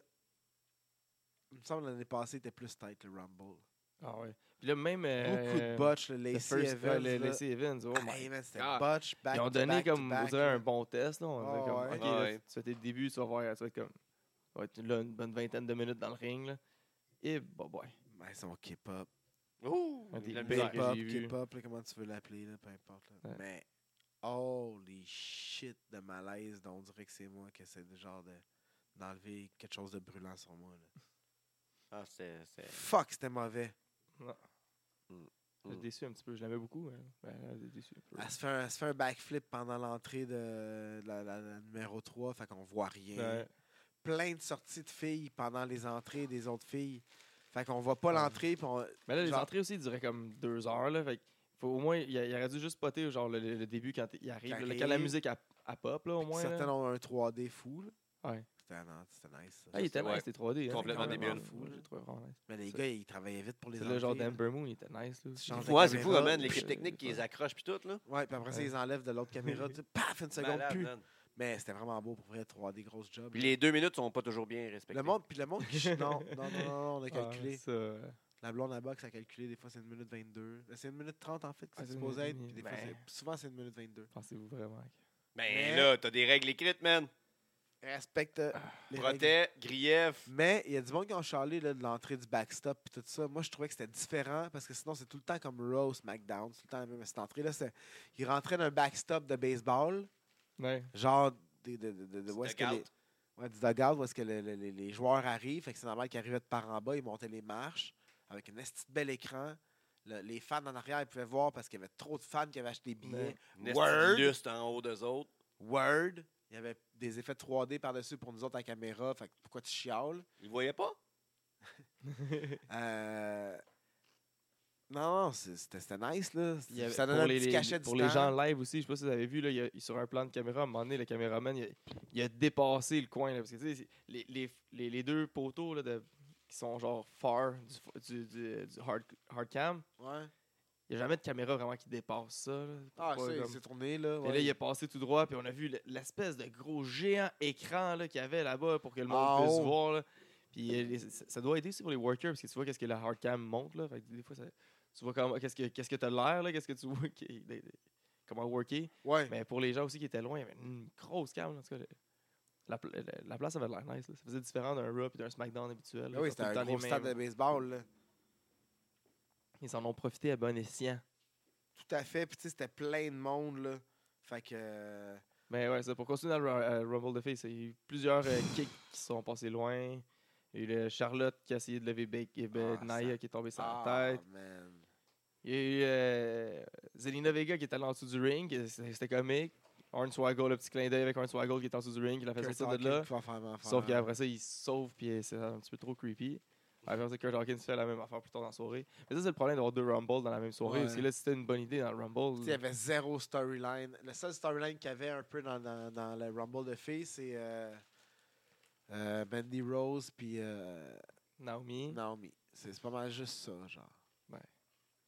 [SPEAKER 3] Il me semble que l'année passée était plus tight, le Rumble.
[SPEAKER 4] Ah ouais. Puis là, même. euh,
[SPEAKER 3] Beaucoup de botch, le
[SPEAKER 4] le
[SPEAKER 3] Lacey
[SPEAKER 4] first- ouais,
[SPEAKER 3] Evans.
[SPEAKER 4] le-
[SPEAKER 3] là.
[SPEAKER 4] Lacey Evans, oh my
[SPEAKER 3] Hey, man, c'était
[SPEAKER 4] God.
[SPEAKER 3] botch, back
[SPEAKER 4] Ils ont
[SPEAKER 3] to
[SPEAKER 4] donné
[SPEAKER 3] back to
[SPEAKER 4] comme, on
[SPEAKER 3] back,
[SPEAKER 4] dirait,
[SPEAKER 3] là.
[SPEAKER 4] un bon test. Là. On dirait
[SPEAKER 3] Ah
[SPEAKER 4] comme,
[SPEAKER 3] ouais.
[SPEAKER 4] OK, là,
[SPEAKER 2] Ouais.
[SPEAKER 4] tu fais tes débuts, tu vas voir, tu vas être comme, tu vas être là une bonne vingtaine de minutes dans le ring. Là. Et bah, ouais.
[SPEAKER 3] Mais ils sont K-pop.
[SPEAKER 2] Ouh!
[SPEAKER 4] Un des
[SPEAKER 2] de la
[SPEAKER 4] pires
[SPEAKER 2] misère.
[SPEAKER 4] que
[SPEAKER 3] K-pop,
[SPEAKER 4] j'ai vu.
[SPEAKER 3] K-pop, là, comment tu veux l'appeler, là, peu importe. là.
[SPEAKER 4] Ouais.
[SPEAKER 3] Mais, holy shit de malaise, dont on dirait que c'est moi qui essaie de genre de- d'enlever quelque chose de brûlant sur moi. là.
[SPEAKER 2] Ah, c'était. c'était-
[SPEAKER 3] Fuck, c'était mauvais.
[SPEAKER 4] J'ai
[SPEAKER 2] Mm.
[SPEAKER 4] déçu un petit peu. Je l'aimais beaucoup. hein. Ben, là, j'ai déçu. un peu.
[SPEAKER 3] Elle se, fait un, elle se fait un backflip pendant l'entrée de la, la- la numéro 3, fait qu'on voit rien.
[SPEAKER 4] Ouais.
[SPEAKER 3] Plein de sorties de filles pendant les entrées des autres filles. Fait qu'on voit pas
[SPEAKER 4] Ouais.
[SPEAKER 3] l'entrée, puis on-
[SPEAKER 4] Mais là, les
[SPEAKER 3] Genre-
[SPEAKER 4] entrées aussi duraient comme deux heures. Là, fait que faut au moins, il, y a- il aurait dû juste poter genre, le, le- le début quand il arrive.
[SPEAKER 3] Quand
[SPEAKER 4] là,
[SPEAKER 3] il
[SPEAKER 4] quand la
[SPEAKER 3] arrive.
[SPEAKER 4] musique elle- elle pop, là, au moins. là.
[SPEAKER 3] certains ont un 3D fou. là.
[SPEAKER 4] Ouais.
[SPEAKER 3] C'était non, c'était nice. ça.
[SPEAKER 4] Ah, il était
[SPEAKER 2] Ouais.
[SPEAKER 4] nice, c'était 3D. hein,
[SPEAKER 2] Complètement
[SPEAKER 4] quand même,
[SPEAKER 2] débile.
[SPEAKER 4] hein. Moi, J'ai trouvé vraiment nice.
[SPEAKER 3] Mais les
[SPEAKER 4] Ça-
[SPEAKER 3] gars, ils travaillaient vite pour les
[SPEAKER 4] Le genre
[SPEAKER 3] entrées, là.
[SPEAKER 4] d'Amber Moon, il était nice. Là, aussi.
[SPEAKER 3] changes de
[SPEAKER 2] Ouais, c'est fou,
[SPEAKER 3] caméra,
[SPEAKER 2] man.
[SPEAKER 3] puis-
[SPEAKER 2] L'équipe technique qui les accroche, puis tout, là.
[SPEAKER 3] hein. Ouais, puis après ça,
[SPEAKER 4] Ouais.
[SPEAKER 3] ils enlèvent de l'autre caméra, tu sais, paf, une seconde
[SPEAKER 2] Malade,
[SPEAKER 3] plus.
[SPEAKER 2] man.
[SPEAKER 3] Mais c'était vraiment beau pour vrai, 3D, grosse job.
[SPEAKER 2] Puis les deux minutes sont pas toujours bien respectées.
[SPEAKER 3] Le monde, puis le monde qui
[SPEAKER 4] *laughs*
[SPEAKER 3] ch- non, non, non, non, non, on a
[SPEAKER 4] Ah,
[SPEAKER 3] calculé.
[SPEAKER 4] ça, ouais.
[SPEAKER 3] La blonde à box a calculé, des fois c'est 1 minute 22. C'est 1 minute 30 en fait, que
[SPEAKER 4] Ah,
[SPEAKER 3] c'est
[SPEAKER 4] c'est une
[SPEAKER 3] supposé
[SPEAKER 4] minute
[SPEAKER 3] être,
[SPEAKER 4] et
[SPEAKER 3] puis des fois,
[SPEAKER 4] demie.
[SPEAKER 3] c'est-
[SPEAKER 4] Ben.
[SPEAKER 3] souvent c'est 1 minute 22.
[SPEAKER 4] Pensez-vous vraiment que-
[SPEAKER 2] Mais
[SPEAKER 3] Mais-
[SPEAKER 2] là, t'as des règles écrites, man.
[SPEAKER 3] Respecte les règles.
[SPEAKER 2] Protet, grief.
[SPEAKER 3] Mais il y a du monde qui ont charlé là, de l'entrée du backstop puis tout ça. Moi, je trouvais que c'était différent parce que sinon, c'est tout le temps comme Rose, McDown, tout le temps la même. Mais Cette entrée-là, c'est- ils rentraient d'un backstop de baseball,
[SPEAKER 4] Ouais.
[SPEAKER 3] genre des- de, de, de, de- où
[SPEAKER 2] Du
[SPEAKER 3] est-ce que les-
[SPEAKER 2] dugout.
[SPEAKER 3] Ouais, du dugout, où est-ce que le- le- le- les joueurs arrivent. Fait que c'est normal qu'ils arrivaient de par en bas, ils montaient les marches avec un petit bel écran. Le- les fans en arrière, ils pouvaient voir parce qu'il y avait trop de fans qui avaient acheté des billets.
[SPEAKER 2] Une esti de
[SPEAKER 3] Word.
[SPEAKER 2] lustre en haut d'eux autres.
[SPEAKER 3] Word, il y avait des effets 3D par-dessus pour nous autres à la caméra. Fait que pourquoi tu chiales?
[SPEAKER 2] Ils voyaient pas?
[SPEAKER 3] Euh, Non, non, c'est- c'était c'était nice, là.
[SPEAKER 4] Il y avait-
[SPEAKER 3] ça donnait
[SPEAKER 4] pour
[SPEAKER 3] un
[SPEAKER 4] les,
[SPEAKER 3] petit
[SPEAKER 4] les-
[SPEAKER 3] cachet du
[SPEAKER 4] pour les
[SPEAKER 3] temps.
[SPEAKER 4] gens live aussi, je sais pas si vous avez vu, là, il y a- sur un plan de caméra, à un moment donné, le caméraman, il a, il a dépassé le coin. là, parce que, tu sais, c'est- les, les, les, les deux poteaux là, de- qui sont genre phares du, fo- du, du- du hard, hard cam,
[SPEAKER 3] Ouais.
[SPEAKER 4] il n'y a jamais de caméra vraiment qui dépasse ça. là.
[SPEAKER 3] Ah,
[SPEAKER 4] Pas
[SPEAKER 3] ça, il
[SPEAKER 4] comme-
[SPEAKER 3] s'est tourné, là.
[SPEAKER 4] Et
[SPEAKER 3] ouais.
[SPEAKER 4] là, il est passé tout droit, puis on a vu le- l'espèce de gros géant écran là, qu'il y avait là-bas pour que le monde
[SPEAKER 3] Ah,
[SPEAKER 4] puisse
[SPEAKER 3] oh.
[SPEAKER 4] voir. là. Puis euh, les- ça ça doit aider aussi pour les workers, parce que tu vois qu'est-ce que la hardcam montre. Là. Fait que des fois, ça- tu vois comment- qu'est-ce que qu'est-ce que t'as l'air, là, qu'est-ce que tu vois, qui- de- de- comment worker.
[SPEAKER 3] Ouais.
[SPEAKER 4] Mais pour les gens aussi qui étaient loin, il y avait une grosse cam. là. En tout cas, le- la, pla- la- la place avait l'air nice. là. Ça faisait différent d'un Raw et d'un SmackDown habituel. là.
[SPEAKER 3] Ah oui,
[SPEAKER 4] Ils sont
[SPEAKER 3] c'était
[SPEAKER 4] tout le
[SPEAKER 3] un
[SPEAKER 4] temps les
[SPEAKER 3] gros stade de
[SPEAKER 4] mêmes.
[SPEAKER 3] baseball, là.
[SPEAKER 4] Ils en ont profité à bon escient.
[SPEAKER 3] Tout à fait. Puis, tu sais, c'était plein de monde, là. Fait que. euh,
[SPEAKER 4] Mais ouais, ça, pour continuer dans le Ru- euh, Rumble de Face, il y a eu plusieurs
[SPEAKER 3] *laughs*
[SPEAKER 4] euh, kicks qui sont passés loin. Il y a eu le Charlotte qui a essayé de lever Bake, et ben,
[SPEAKER 3] Ah,
[SPEAKER 4] Naya qui est tombée sur
[SPEAKER 3] ah,
[SPEAKER 4] la tête.
[SPEAKER 3] man.
[SPEAKER 4] Il y a eu euh, Zelina Vega qui est allée en dessous du ring, et c'était c'était comique. Hornswoggle, le petit clin d'œil avec Hornswoggle qui est en dessous du ring, il a fait
[SPEAKER 3] Kurt
[SPEAKER 4] sortir de
[SPEAKER 3] Hawkins
[SPEAKER 4] là.
[SPEAKER 3] qui va faire ma affaire.
[SPEAKER 4] Sauf qu'après ça, il se sauve, puis euh, c'est un petit peu trop creepy. Après ça, Kurt Hawkins fait la même affaire plus tard dans la soirée. Mais ça, c'est le problème d'avoir deux Rumble dans la même soirée.
[SPEAKER 3] Ouais.
[SPEAKER 4] Parce que là, c'était une bonne idée dans le Rumble.
[SPEAKER 3] Tu sais, Il y avait zéro storyline. Le seul storyline qu'il y avait un peu dans, dans- dans le Rumble de filles, c'est euh, euh, Mandy Rose puis euh,
[SPEAKER 4] Naomi.
[SPEAKER 3] Naomi. C'est c'est pas mal juste ça, genre.